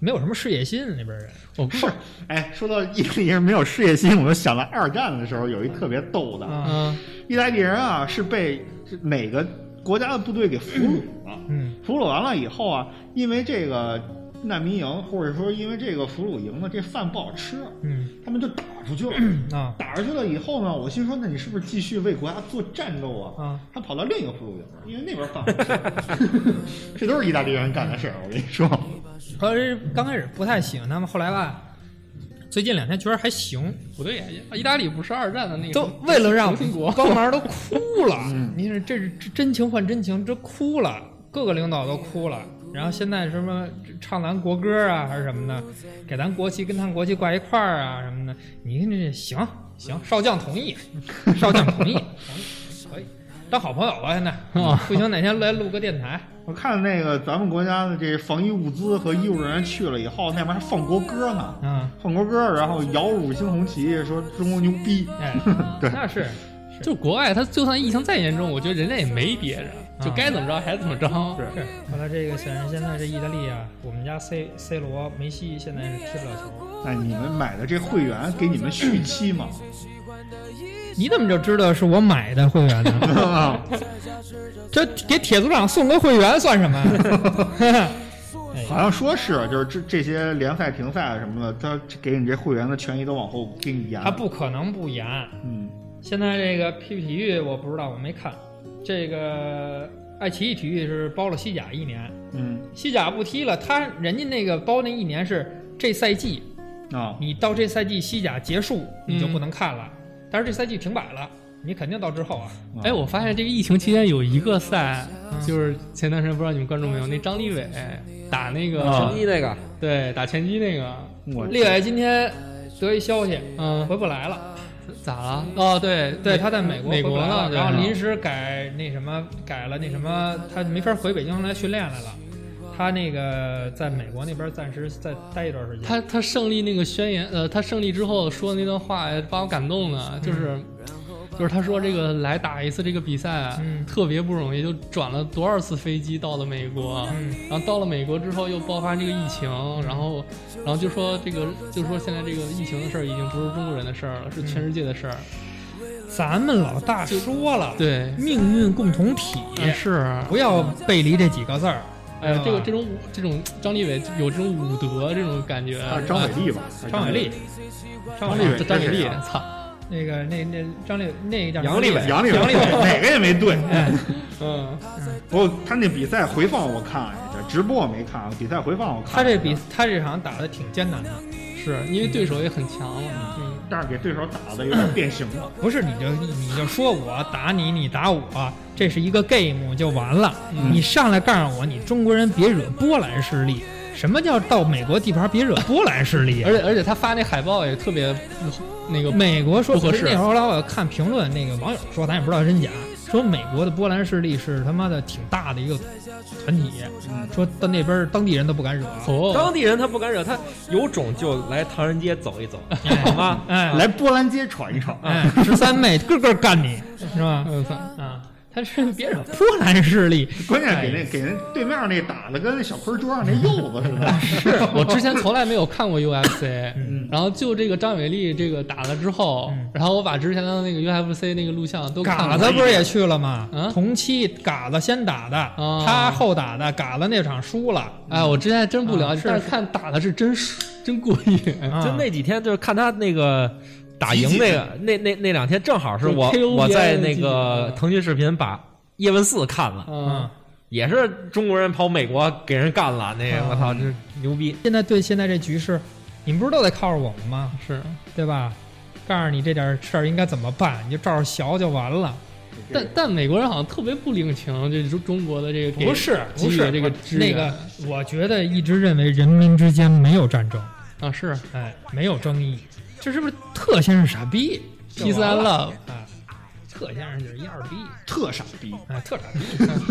没有什么事业心，那边人
我
是，哎，说到意大利人没有事业心，我就想到二战的时候有一特别逗的，
啊，
嗯
意大利人啊是被是哪个国家的部队给俘虏了，
嗯
俘虏完了以后啊，因为这个难民营或者说因为这个俘虏营呢，这饭不好吃，
嗯
他们就打出 去了。
啊
打出去了以后呢，我心说，那你是不是继续为国家做战斗啊？
啊，
他跑到另一个俘虏营了，因为那边饭 好吃，这都是意大利人干的事儿。我跟你说，
嗯后来是刚开始不太喜欢他们，后来吧，最近两天觉得还行，
不对呀，意大利不是二战的那个，
都为了让
中国
帮忙都哭了，你说这是真情换真情，这哭了，各个领导都哭了。然后现在什么唱咱国歌啊，还是什么的，给咱国旗跟他们国旗挂一块儿啊什么的，你看这行行，少将同意，少将同意，同意可以当好朋友吧。现在
啊
不行哪天来录个电台，
我看那个咱们国家的这防疫物资和医务人员去了以后，那边还放国歌呢，
嗯，
放国歌，然后摇五星红旗，说中国牛逼。
哎，
对
那是
就国外，他就算疫情再严重，我觉得人家也没憋着，就该怎么着还怎么着。
是。后来这个显示现在这意大利啊，我们家 C C 罗梅西现在是踢不了球。
哎，你们买的这会员给你们续期 吗？
你怎么就知道是我买的会员 呢？这给铁组长送个会员算什么呀？
好像说是，就是这这些联赛停赛什么的，他给你这会员的权益都往后给你延。
他，不可能不严。
嗯，
现在这个 PP 体育我不知道，我没看。这个爱奇艺体育是包了西甲一年，
嗯，
西甲不踢了，他人家那个包那一年是这赛季
啊，
你到这赛季西甲结束你就
嗯
不能看了，但是这赛季停摆了，你肯定到之后啊，
哎，我发现这个疫情期间有一个赛，就是前段时间不知道你们关注没有，那张立伟打那个、
啊
成一那个，
对打拳击那个，
我
立伟今天得一消息，
嗯，
回不来了。
咋了？哦，对
对，他在美国
美
回不
国
来
呢，
了，然后
对
临时改那什么，改了那什么，他没法回北京来训练来了。他那个在美国那边暂时再待一段时间。
他他胜利那个宣言，呃，他胜利之后说的那段话哎把我感动的，就是。就是他说这个来打一次这个比赛啊，
嗯
特别不容易，就转了多少次飞机到了美国，
嗯
然后到了美国之后又爆发这个疫情，然后然后就说这个就说现在这个疫情的事儿已经不是中国人的事儿了，是全世界的事儿。
咱们老大说了，
对，
命运共同体，
也是，
嗯
啊
不要背离这几个字儿。
哎呀，这个
知
这
道吧
种武这种张立伟有这种武德这种感觉。哎
啊张伟丽吧，
张伟丽，张
张
伟
丽
丽
伟
张伟
这是
丽
谁啊，
操，
那个那那张丽那个叫什么
杨利伟
杨丽
杨利伟
哪个也没对。
嗯，
不过他那比赛回放我看了一下，直播我没看，啊比赛回放我看了一
他
下。
这比他这场打的挺艰难的，
是因为对手也很强嘛。嗯，
但是给对手打的有点变形了。
不是你就你就说我打你，你打我，这是一个 game 就完了。
嗯
你上来告诉我，你中国人别惹波兰势力。什么叫到美国地盘别惹波兰势力啊
而？且而且他发那海报也特别那个
美国说
不合适
那会儿老有看评论，那个网友说，咱也不知道真假，说美国的波兰势力是他妈的挺大的一个团体，
嗯
说到那边儿当地人都不敢惹。
哦，
当地人他不敢惹，他有种就来唐人街走一走，
哎
好吗？
哎
来波兰街闯一闯，
哎，十三妹个个干你，是吧？
嗯，操
啊， 他是别惹波兰势力，
关键给
哎
那给那对面那打的跟那小坤桌上那柚子似
嗯
的。 是，
我之前从来没有看过 UFC，然后就这个张伟丽这个打了之后
嗯，
然后我把之前的那个 UFC 那个录像都看
嘎
了。
子不是也去了吗？
嗯
同期嘎子先打的，
哦
他后打的，嘎子那场输了。
哎，我之前还真不了
啊
解，
是
但是看打的 是真舒真过瘾。
啊
就那几天，就是看他那个打赢那个那那那两天，正好是我
就是 KO
我在
边
那
那
个
几
腾讯视频把叶问四看了，
啊
嗯，
也是中国人跑美国给人干了，那个
啊
我操，这牛逼！
现在对现在这局势，你们不是都得靠着我们吗？
是。
对吧？告诉你这点事儿应该怎么办，你就照着学就完了。
但但美国人好像特别不领情，这中中国的这个给
不是，
给
不
予
是
这个
我
支
那
援
个，我觉得一直认为人民之间没有战争，
啊是
哎，没有争议，这是不是特先生傻逼？
P 三了，
啊，特先生就是一二逼，
特傻逼，
哎，特 傻逼。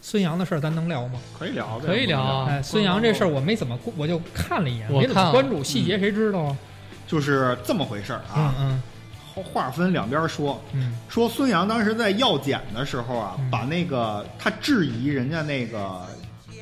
孙杨的事儿咱能聊吗？
可以聊呗，
可以聊啊。
哎，孙杨这事儿我没怎么，我就看了一眼，
我
没怎么
看
关
了
注细节，谁知道啊？
就是这么回事儿啊
嗯。嗯
话分两边说，
嗯
说孙杨当时在药检的时候啊，
嗯
把那个他质疑人家那个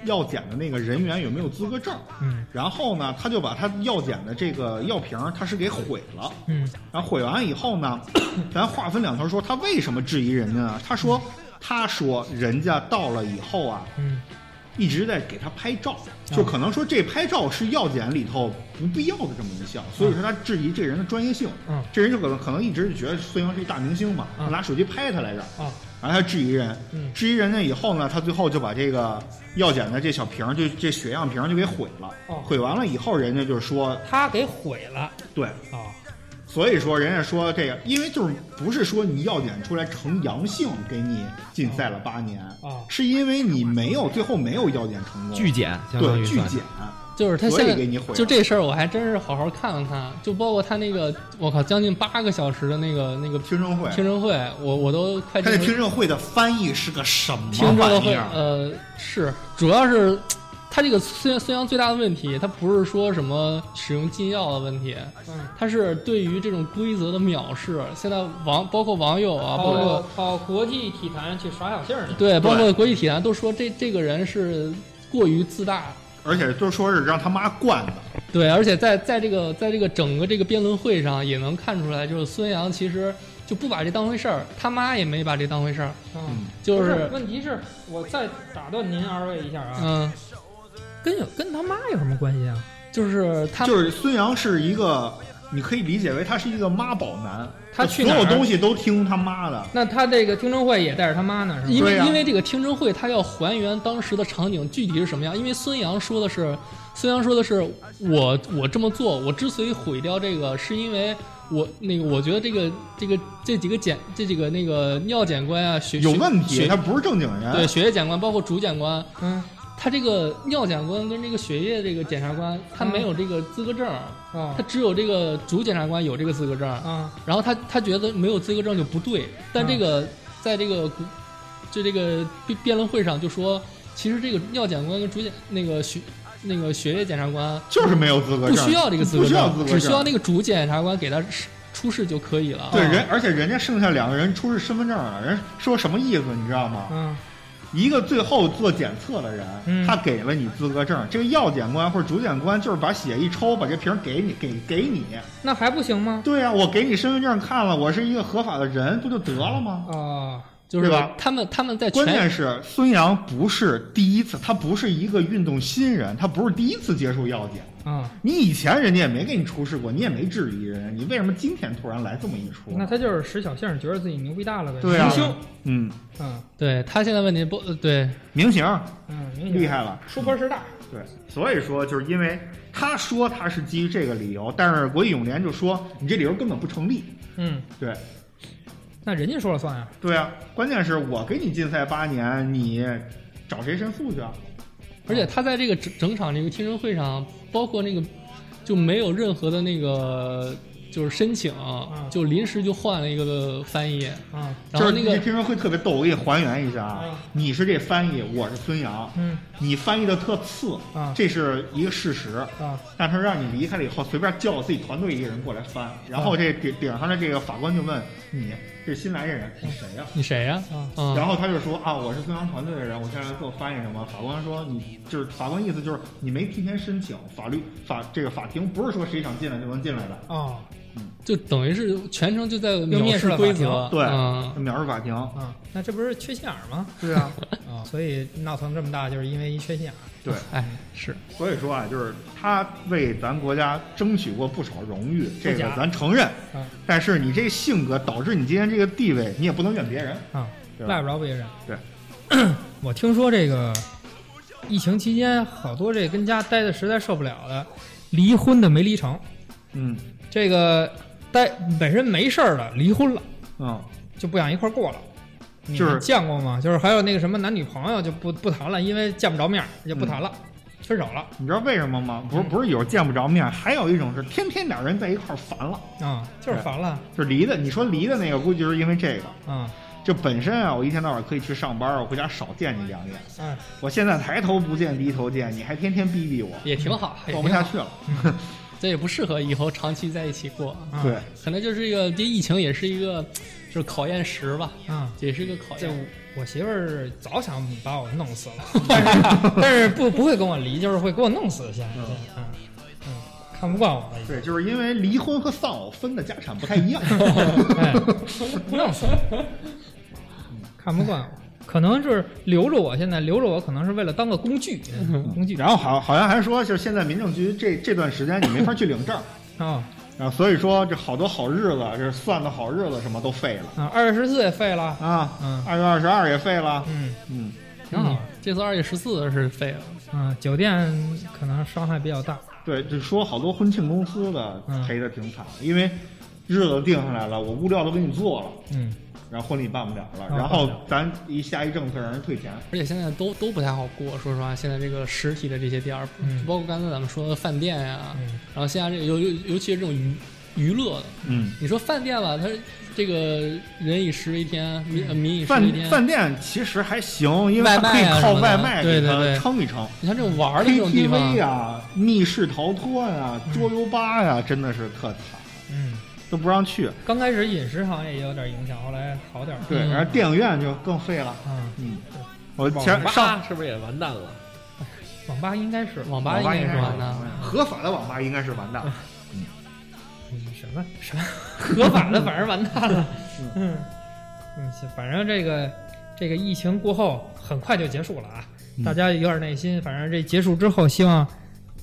药检的那个人员有没有资格证，
嗯
然后呢，他就把他药检的这个药瓶儿他是给毁了。
嗯
然后毁完以后呢， 咱划分两头说，他为什么质疑人家呢？他说，他说人家到了以后啊，
嗯啊
一直在给他拍照，就可能说这拍照是药检里头不必要的这么一
啊
项，所以说他质疑这人的专业性。
嗯
这人就可能可能一直就觉得孙杨是一大明星嘛，
嗯
拿手机拍他来着，
啊
然后他质疑人，
嗯
质疑人呢以后呢，他最后就把这个药检的这小瓶儿，就这血样瓶儿就给毁了。
哦
毁完了以后，人家就说
他给毁了
对，
啊！
所以说，人家说这个，因为就是不是说你药检出来呈阳性给你禁赛了八年
啊
哦
是因为你没有最后没有药检成功，
巨检相当
对
于
拒
算是
检，
就是他现
所
在
以给你毁了
就这事儿，我还真是好好看了看，就包括他那个我靠将近八个小时的那个那个
听证会，
听证会，我我都快
他
进
那
入
听证会的翻译是个什么
听这个
玩意
会，
儿？
呃，是主要是他这个孙孙杨最大的问题，他不是说什么使用禁药的问题，
嗯
他是对于这种规则的藐视。现在网包括网友啊，包括
跑跑国际体坛去耍小性儿去，
对，包括国际体坛都说这这个人是过于自大。
而且都说是让他妈惯的，
对，而且在在这个在这个整个这个辩论会上也能看出来，就是孙杨其实就不把这当回事儿，他妈也没把这当回事儿，
嗯，
就
不
是
问题是，我再打断您二位一下啊，
嗯，
跟有跟他妈有什么关系啊？
就是他
就是孙杨是一个，你可以理解为他是一个妈宝男，
他去
所
哪儿
有东西都听他妈的，
那他这个听证会也带着他妈呢，是
因
吗？
为、
对啊
因为这个听证会，他要还原当时的场景具体是什么样。因为孙杨说的是孙杨说的是我我这么做，我之所以毁掉这个，是因为我那个我觉得这个这个这几个检这几个那个尿检官啊，血
有
血
问题，
血
他不是正经人。
对，血液检官，包括主检官，
嗯
他这个尿检官跟这个血液这个检察官，他没有这个资格证，
啊
他只有这个主检察官有这个资格证，
啊
然后他他觉得没有资格证就不对，但这个在这个古就这个辩辩论会上就说，其实这个尿检官跟主检那个血那个血液检察官
就是没有资格
不
证，
需要这个资格
不需要
证，
资格证
只需要那个主检察官给他示出示就可以了。
对
啊
嗯
人，而且人家剩下两个人出示身份证了，人说什么意思你知道吗？
嗯
一个最后做检测的人，
嗯
他给了你资格证，这个药检官或者主检官就是把血一抽，把这瓶给你，给给你。
那还不行吗？
对啊，我给你身份证看了，我是一个合法的人，不就得了吗？
啊，
就是
对吧
他们他们在
关键
全
是孙杨不是第一次，他不是一个运动新人，他不是第一次接触药检。
啊，
你以前人家也没给你出示过，你也没质疑人，你为什么今天突然来这么一出？
那他就是使小性儿，觉得自己牛逼大了呗，
对啊
明星，
嗯，
嗯
对他现在问题不呃对
明星
嗯，明星
厉，害了。
出坡是大，
对，所以说就是因为他说他是基于这个理由，但是国际泳联就说你这理由根本不成立。
嗯，
对，
那人家说了算呀，
对啊，关键是我给你禁赛八年，你找谁申诉去啊？
而且他在这个整整场这个听证会上，包括那个就没有任何的那个就是申请，就临时就换了一个翻译，
啊，
然后
就
那
是
个
这听证会特别逗，我给你还原一下啊
嗯。
你是这翻译，我是孙杨，
嗯
你翻译的特次
嗯
啊，
这是一个事实。
啊
但他让你离开了以后，随便叫自己团队一个人过来翻，然
嗯
后这顶顶上的这个法官就问你，这新来这人你谁呀、
你谁呀、
啊
嗯
然后他就说啊，我是孙杨团队的人，我现在给我翻译什么？法官说你就是法官意思就是你没提前申请，法律法这个法庭不是说谁想进来就能进来的，
啊
就等于是全程就在
又
藐
面试
视
了
规
法庭
则，
对，
嗯，
藐视法庭，
啊，那这不是缺心眼儿吗？
对啊，
啊，所以闹腾这么大，就是因为一缺心眼儿，
对，
哎，是
所以说啊，就是他为咱国家争取过不少荣誉，这
不
个
假
咱承认
嗯，
但是你这性格导致你今天这个地位，你也不能怨别人，
啊，
对吧
赖不着别人。
对，
我听说这个疫情期间，好多这跟家待的实在受不了的，离婚的没离成，
嗯
这个待本身没事儿了，离婚了
嗯。
就不想一块儿过了。你
就是
们见过吗？就是还有那个什么男女朋友就不不谈了，因为见不着面儿就不谈了，
嗯
分手了
你知道为什么吗？不是不是有见不着面，还有一种是天天俩人在一块儿烦了，
啊，就是烦了
就是离的。你说离的那个，估计是因为这个。
啊，
就本身啊，我一天到晚可以去上班，我回家少见你两眼。
哎，
我现在抬头不见低头见，你还天天逼逼嗯我，
也挺好，也
过不
挺
下
好，嗯
去了。
这也不适合以后长期在一起过，
啊
对，
可能就是一个这疫情也是一个就是考验时吧，
啊。
也是一个考
这
验。
我媳妇儿早想把我弄死了，但是但是不不会跟我离，就是会给我弄死。现在，
嗯
嗯嗯，看不惯我了已经，
对，就是因为离婚和丧偶分的家产不太 一样。
哎，弄死我，看不惯我，可能就是留着我，现在留着我可能是为了当个工 具，工具。
然后好好像还说，就是现在民政局这这段时间你没法去领证，
啊
啊，所以说这好多好日子，这算的好日子什么都废了
啊，二月十四也废了，
啊，
嗯
二月二十二也废了，
嗯
嗯。
挺好，这次二月十四是废了，
啊，酒店可能伤害比较大，
对，就说好多婚庆公司的
嗯
赔的挺惨，因为日子定下来了，我物料都给你做了，
嗯
然后婚礼啊办不了了，
嗯
然后咱一下一政策让人退钱，
而且现在都都不太好过。说实话，现在这个实体的这些店儿，
嗯
包括刚才咱们说的饭店呀、
嗯
然后现在这个尤尤尤其是这种娱娱乐的，
嗯。
你说饭店吧，它这个人以食为天，民呃民以食
饭
为天。
嗯饭店其实还行，因为
外
它可以
卖啊
靠
什么的
外卖给
对对
它
对
撑一撑。
你像这种玩儿的这种地方嗯
KTV，啊，密室逃脱呀，桌游吧呀，真的是特惨，
嗯，
都不让去。
刚开始饮食好像也有点影响，后来好点儿了。
对，
嗯
然后电影院就更废了。
啊，
嗯，我前
网
上
吧是不是也完蛋了？
网吧应该是
网吧
网
应该
应
也
该
是
是完
完的。
蛋合法的网吧应该是完蛋。
嗯，什么什么合法的，反正完蛋了。嗯嗯，行，反正这个这个疫情过后很快就结束了啊，
嗯
大家有点耐心。反正这结束之后，希望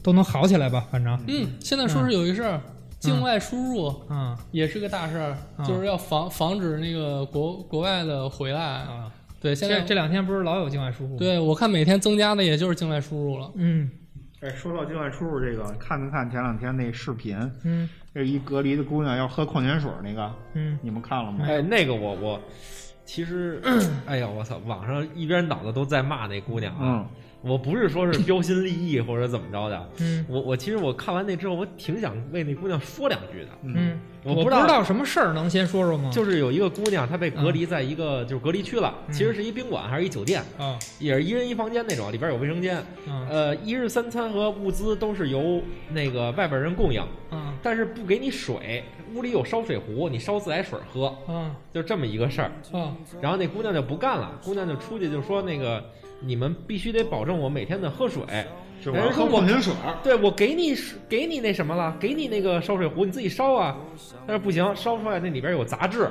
都能好起来吧。反正
嗯，现在说是有一事
嗯
儿，境外输入
啊
也是个大事儿，
嗯
就是要防防止那个国国外的回来。
嗯
啊，
对，现在
这这两天不是老有境外输入？，
对我看每天增加的也就是境外输入了。
嗯，
哎，说到境外出入这个，看没看前两天那视频？
嗯
这一隔离的姑娘要喝矿泉水那个，
嗯，
你们看了吗？
哎，那个我我其实，哎呀，我操！网上一边脑子都在骂那姑娘啊，
嗯，
我不是说是标新立异或者怎么着的，
嗯
我我其实我看完那之后，我挺想为那姑娘说两句的。
嗯，
我
不
不知道
什么事儿，能先说说
嗯
吗？
就是有一个姑娘，她被隔离在一个就是隔离区了，
嗯
其实是一宾馆还是一酒店，
嗯
啊
也是一人一房间那种，里边有卫生间。
啊
呃，一日三餐和物资都是由那个外边人供应，
嗯
啊
但是不给你水，屋里有烧水壶，你烧自来水喝，
嗯
啊
就这么一个事儿。
嗯
啊！
然后那姑娘就不干了，姑娘就出去就说那个你们必须得保证我每天的喝水。
就
人
是
家说
喝
我
矿泉水。
对我给你给你那什么了，给你那个烧水壶，你自己烧啊。但是不行，烧出来那里边有杂质，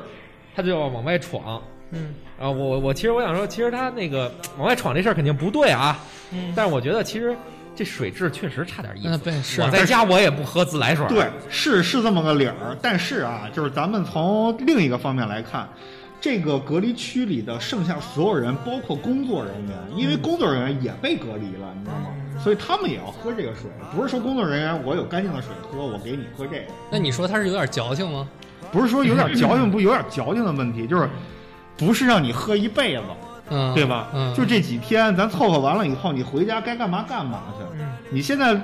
她就要往外闯。
嗯
啊，我我其实我想说，其实她那个往外闯这事儿肯定不对啊，
嗯
但是我觉得其实这水质确实差点意思。
嗯对是
我在家我也不喝自来水。
对，是是这么个理儿，但是啊，就是咱们从另一个方面来看，这个隔离区里的剩下所有人，包括工作人员，因为工作人员也被隔离了，你知道吗？所以他们也要喝这个水，不是说工作人员我有干净的水喝，我给你喝这个，
那你说他是有点矫情吗？
不是说有点矫情不有点矫情的问题，就是不是让你喝一辈子，
嗯，
对吧？
嗯，
就这几天咱凑合完了以后，你回家该干嘛干嘛去。
嗯，
你现在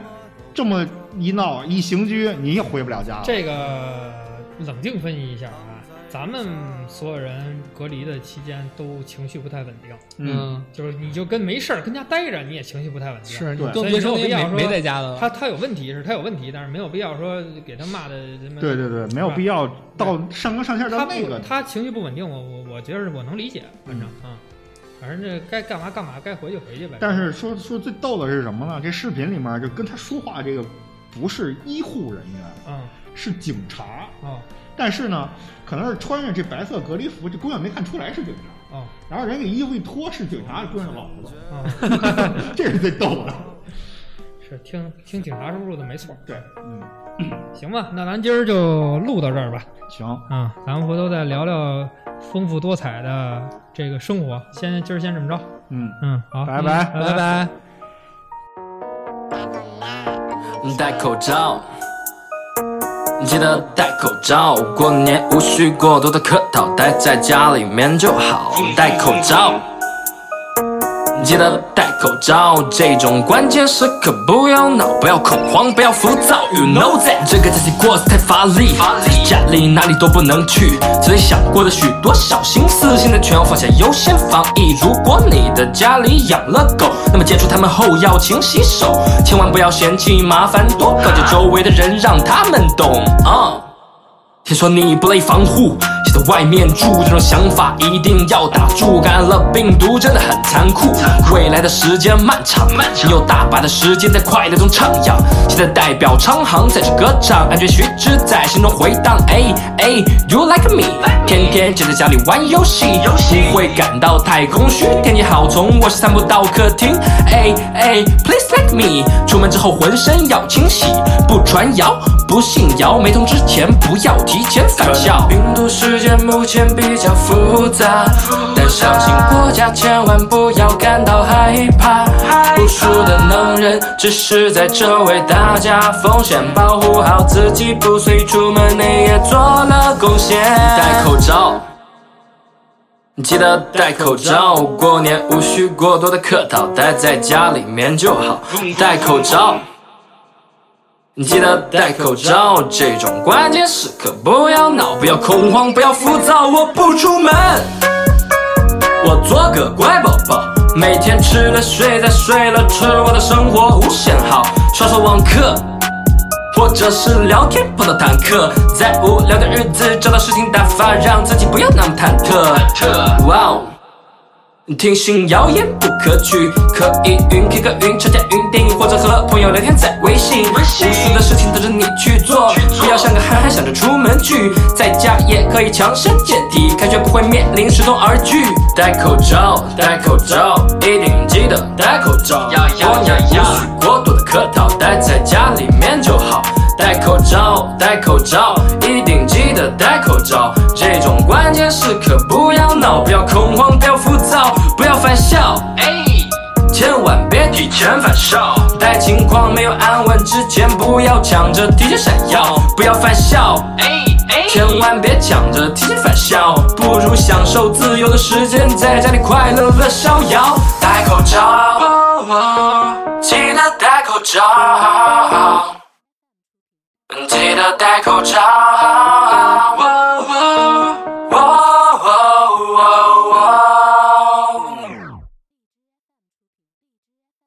这么一闹一刑拘，你也回不了家了。
这个冷静分析一下啊，咱们所有人隔离的期间都情绪不太稳定，
嗯
嗯，
就是你就跟没事儿跟家待着，你也情绪不太稳定。
是你
对
更
所以
别说
没
那
必要
没
说
没在家的了。
他他有问题是他有问题，但是没有必要说给他骂的什么。
对对对，没有必要到上纲上线
嗯他
到
不
那个。嗯
他情绪不稳定，我我我觉得我能理解，反正啊，反正这该干嘛干嘛，该回去回去呗。
但是说说最逗的是什么呢？这视频里面就跟他说话这个不是医护人员，
嗯
是警察。
哦
但是呢，可能是穿着这白色隔离服，这姑娘没看出来是警察。
哦
然后人给衣服一脱是警察，姑娘老子，
哦，
这是最逗的。
是听听警察叔叔的没错。
对，嗯，
行吧，那咱今儿就录到这儿吧。
行，
啊，咱们回头再聊聊丰富多彩的这个生活。先今儿先这么着，
嗯。
嗯，好，
拜拜
嗯拜拜。
戴口罩，记得戴口罩。过年无需过多的客套，待在家里面就好。戴口罩，记得戴口罩。这种关键时刻不要闹，不要恐慌，不要浮躁。You know that，这个假期过得太乏力，家里哪里都不能去。曾经想过的许多小心思，现在全要放下，优先防疫。如果你的家里养了狗，那么接触它们后要勤洗手，千万不要嫌弃麻烦多，告诫周围的人，让他们懂啊。听说你不累防护，就在外面住，这种想法一定要打住。感染了病毒真的很残酷，未来的时间漫长，漫长你有大把的时间在快乐中徜徉。现在代表昌行在这歌唱，安全须知在心中回荡。哎哎，You like me，天天就在家里玩游戏，不会感到太空虚。天气好，从卧室散步到客厅。哎哎，Please like me，出门之后浑身要清洗，不传谣。不信谣，没通知前不要提前返校。病毒世界目前比较复杂，但相信国家千万不要感到害怕。无数的能人只是在这为大家风险保护好自己，不随出门，你也做了贡献。戴口罩。记得戴口罩，过年无需过多的客套，待在家里面就好。戴口罩。记得戴口罩，这种关键时刻不要闹，不要恐慌，不要浮躁。我不出门，我做个乖宝宝，每天吃了睡，再睡了吃，我的生活无限好。刷刷网课，或者是聊天碰到坦克，在无聊的日子找到事情打发，让自己不要那么忐忑。哇哦！听信谣言不可取，可以云 K 个云，车加云顶，或者和朋友聊天在微信。无数的事情等着你去做，不要像个憨憨想着出门去，在家也可以强身健体，开学不会面临时钟而居。戴口罩，戴口罩，一定记得戴口罩。呀呀呀呀！无需过多的客套，待在家里面就好。戴口罩，戴口罩，一定记得戴口罩。这种关键时刻不要闹，不要恐慌，不要浮躁，不要返校，哎，千万别别提前反哨。待情况没有安稳之前，不要抢着提前闪耀，不要犯笑，哎哎，千万别抢着提前返校，不如享受自由的时间，在家里快乐的逍遥。戴口罩，记得戴口罩，记得戴口罩。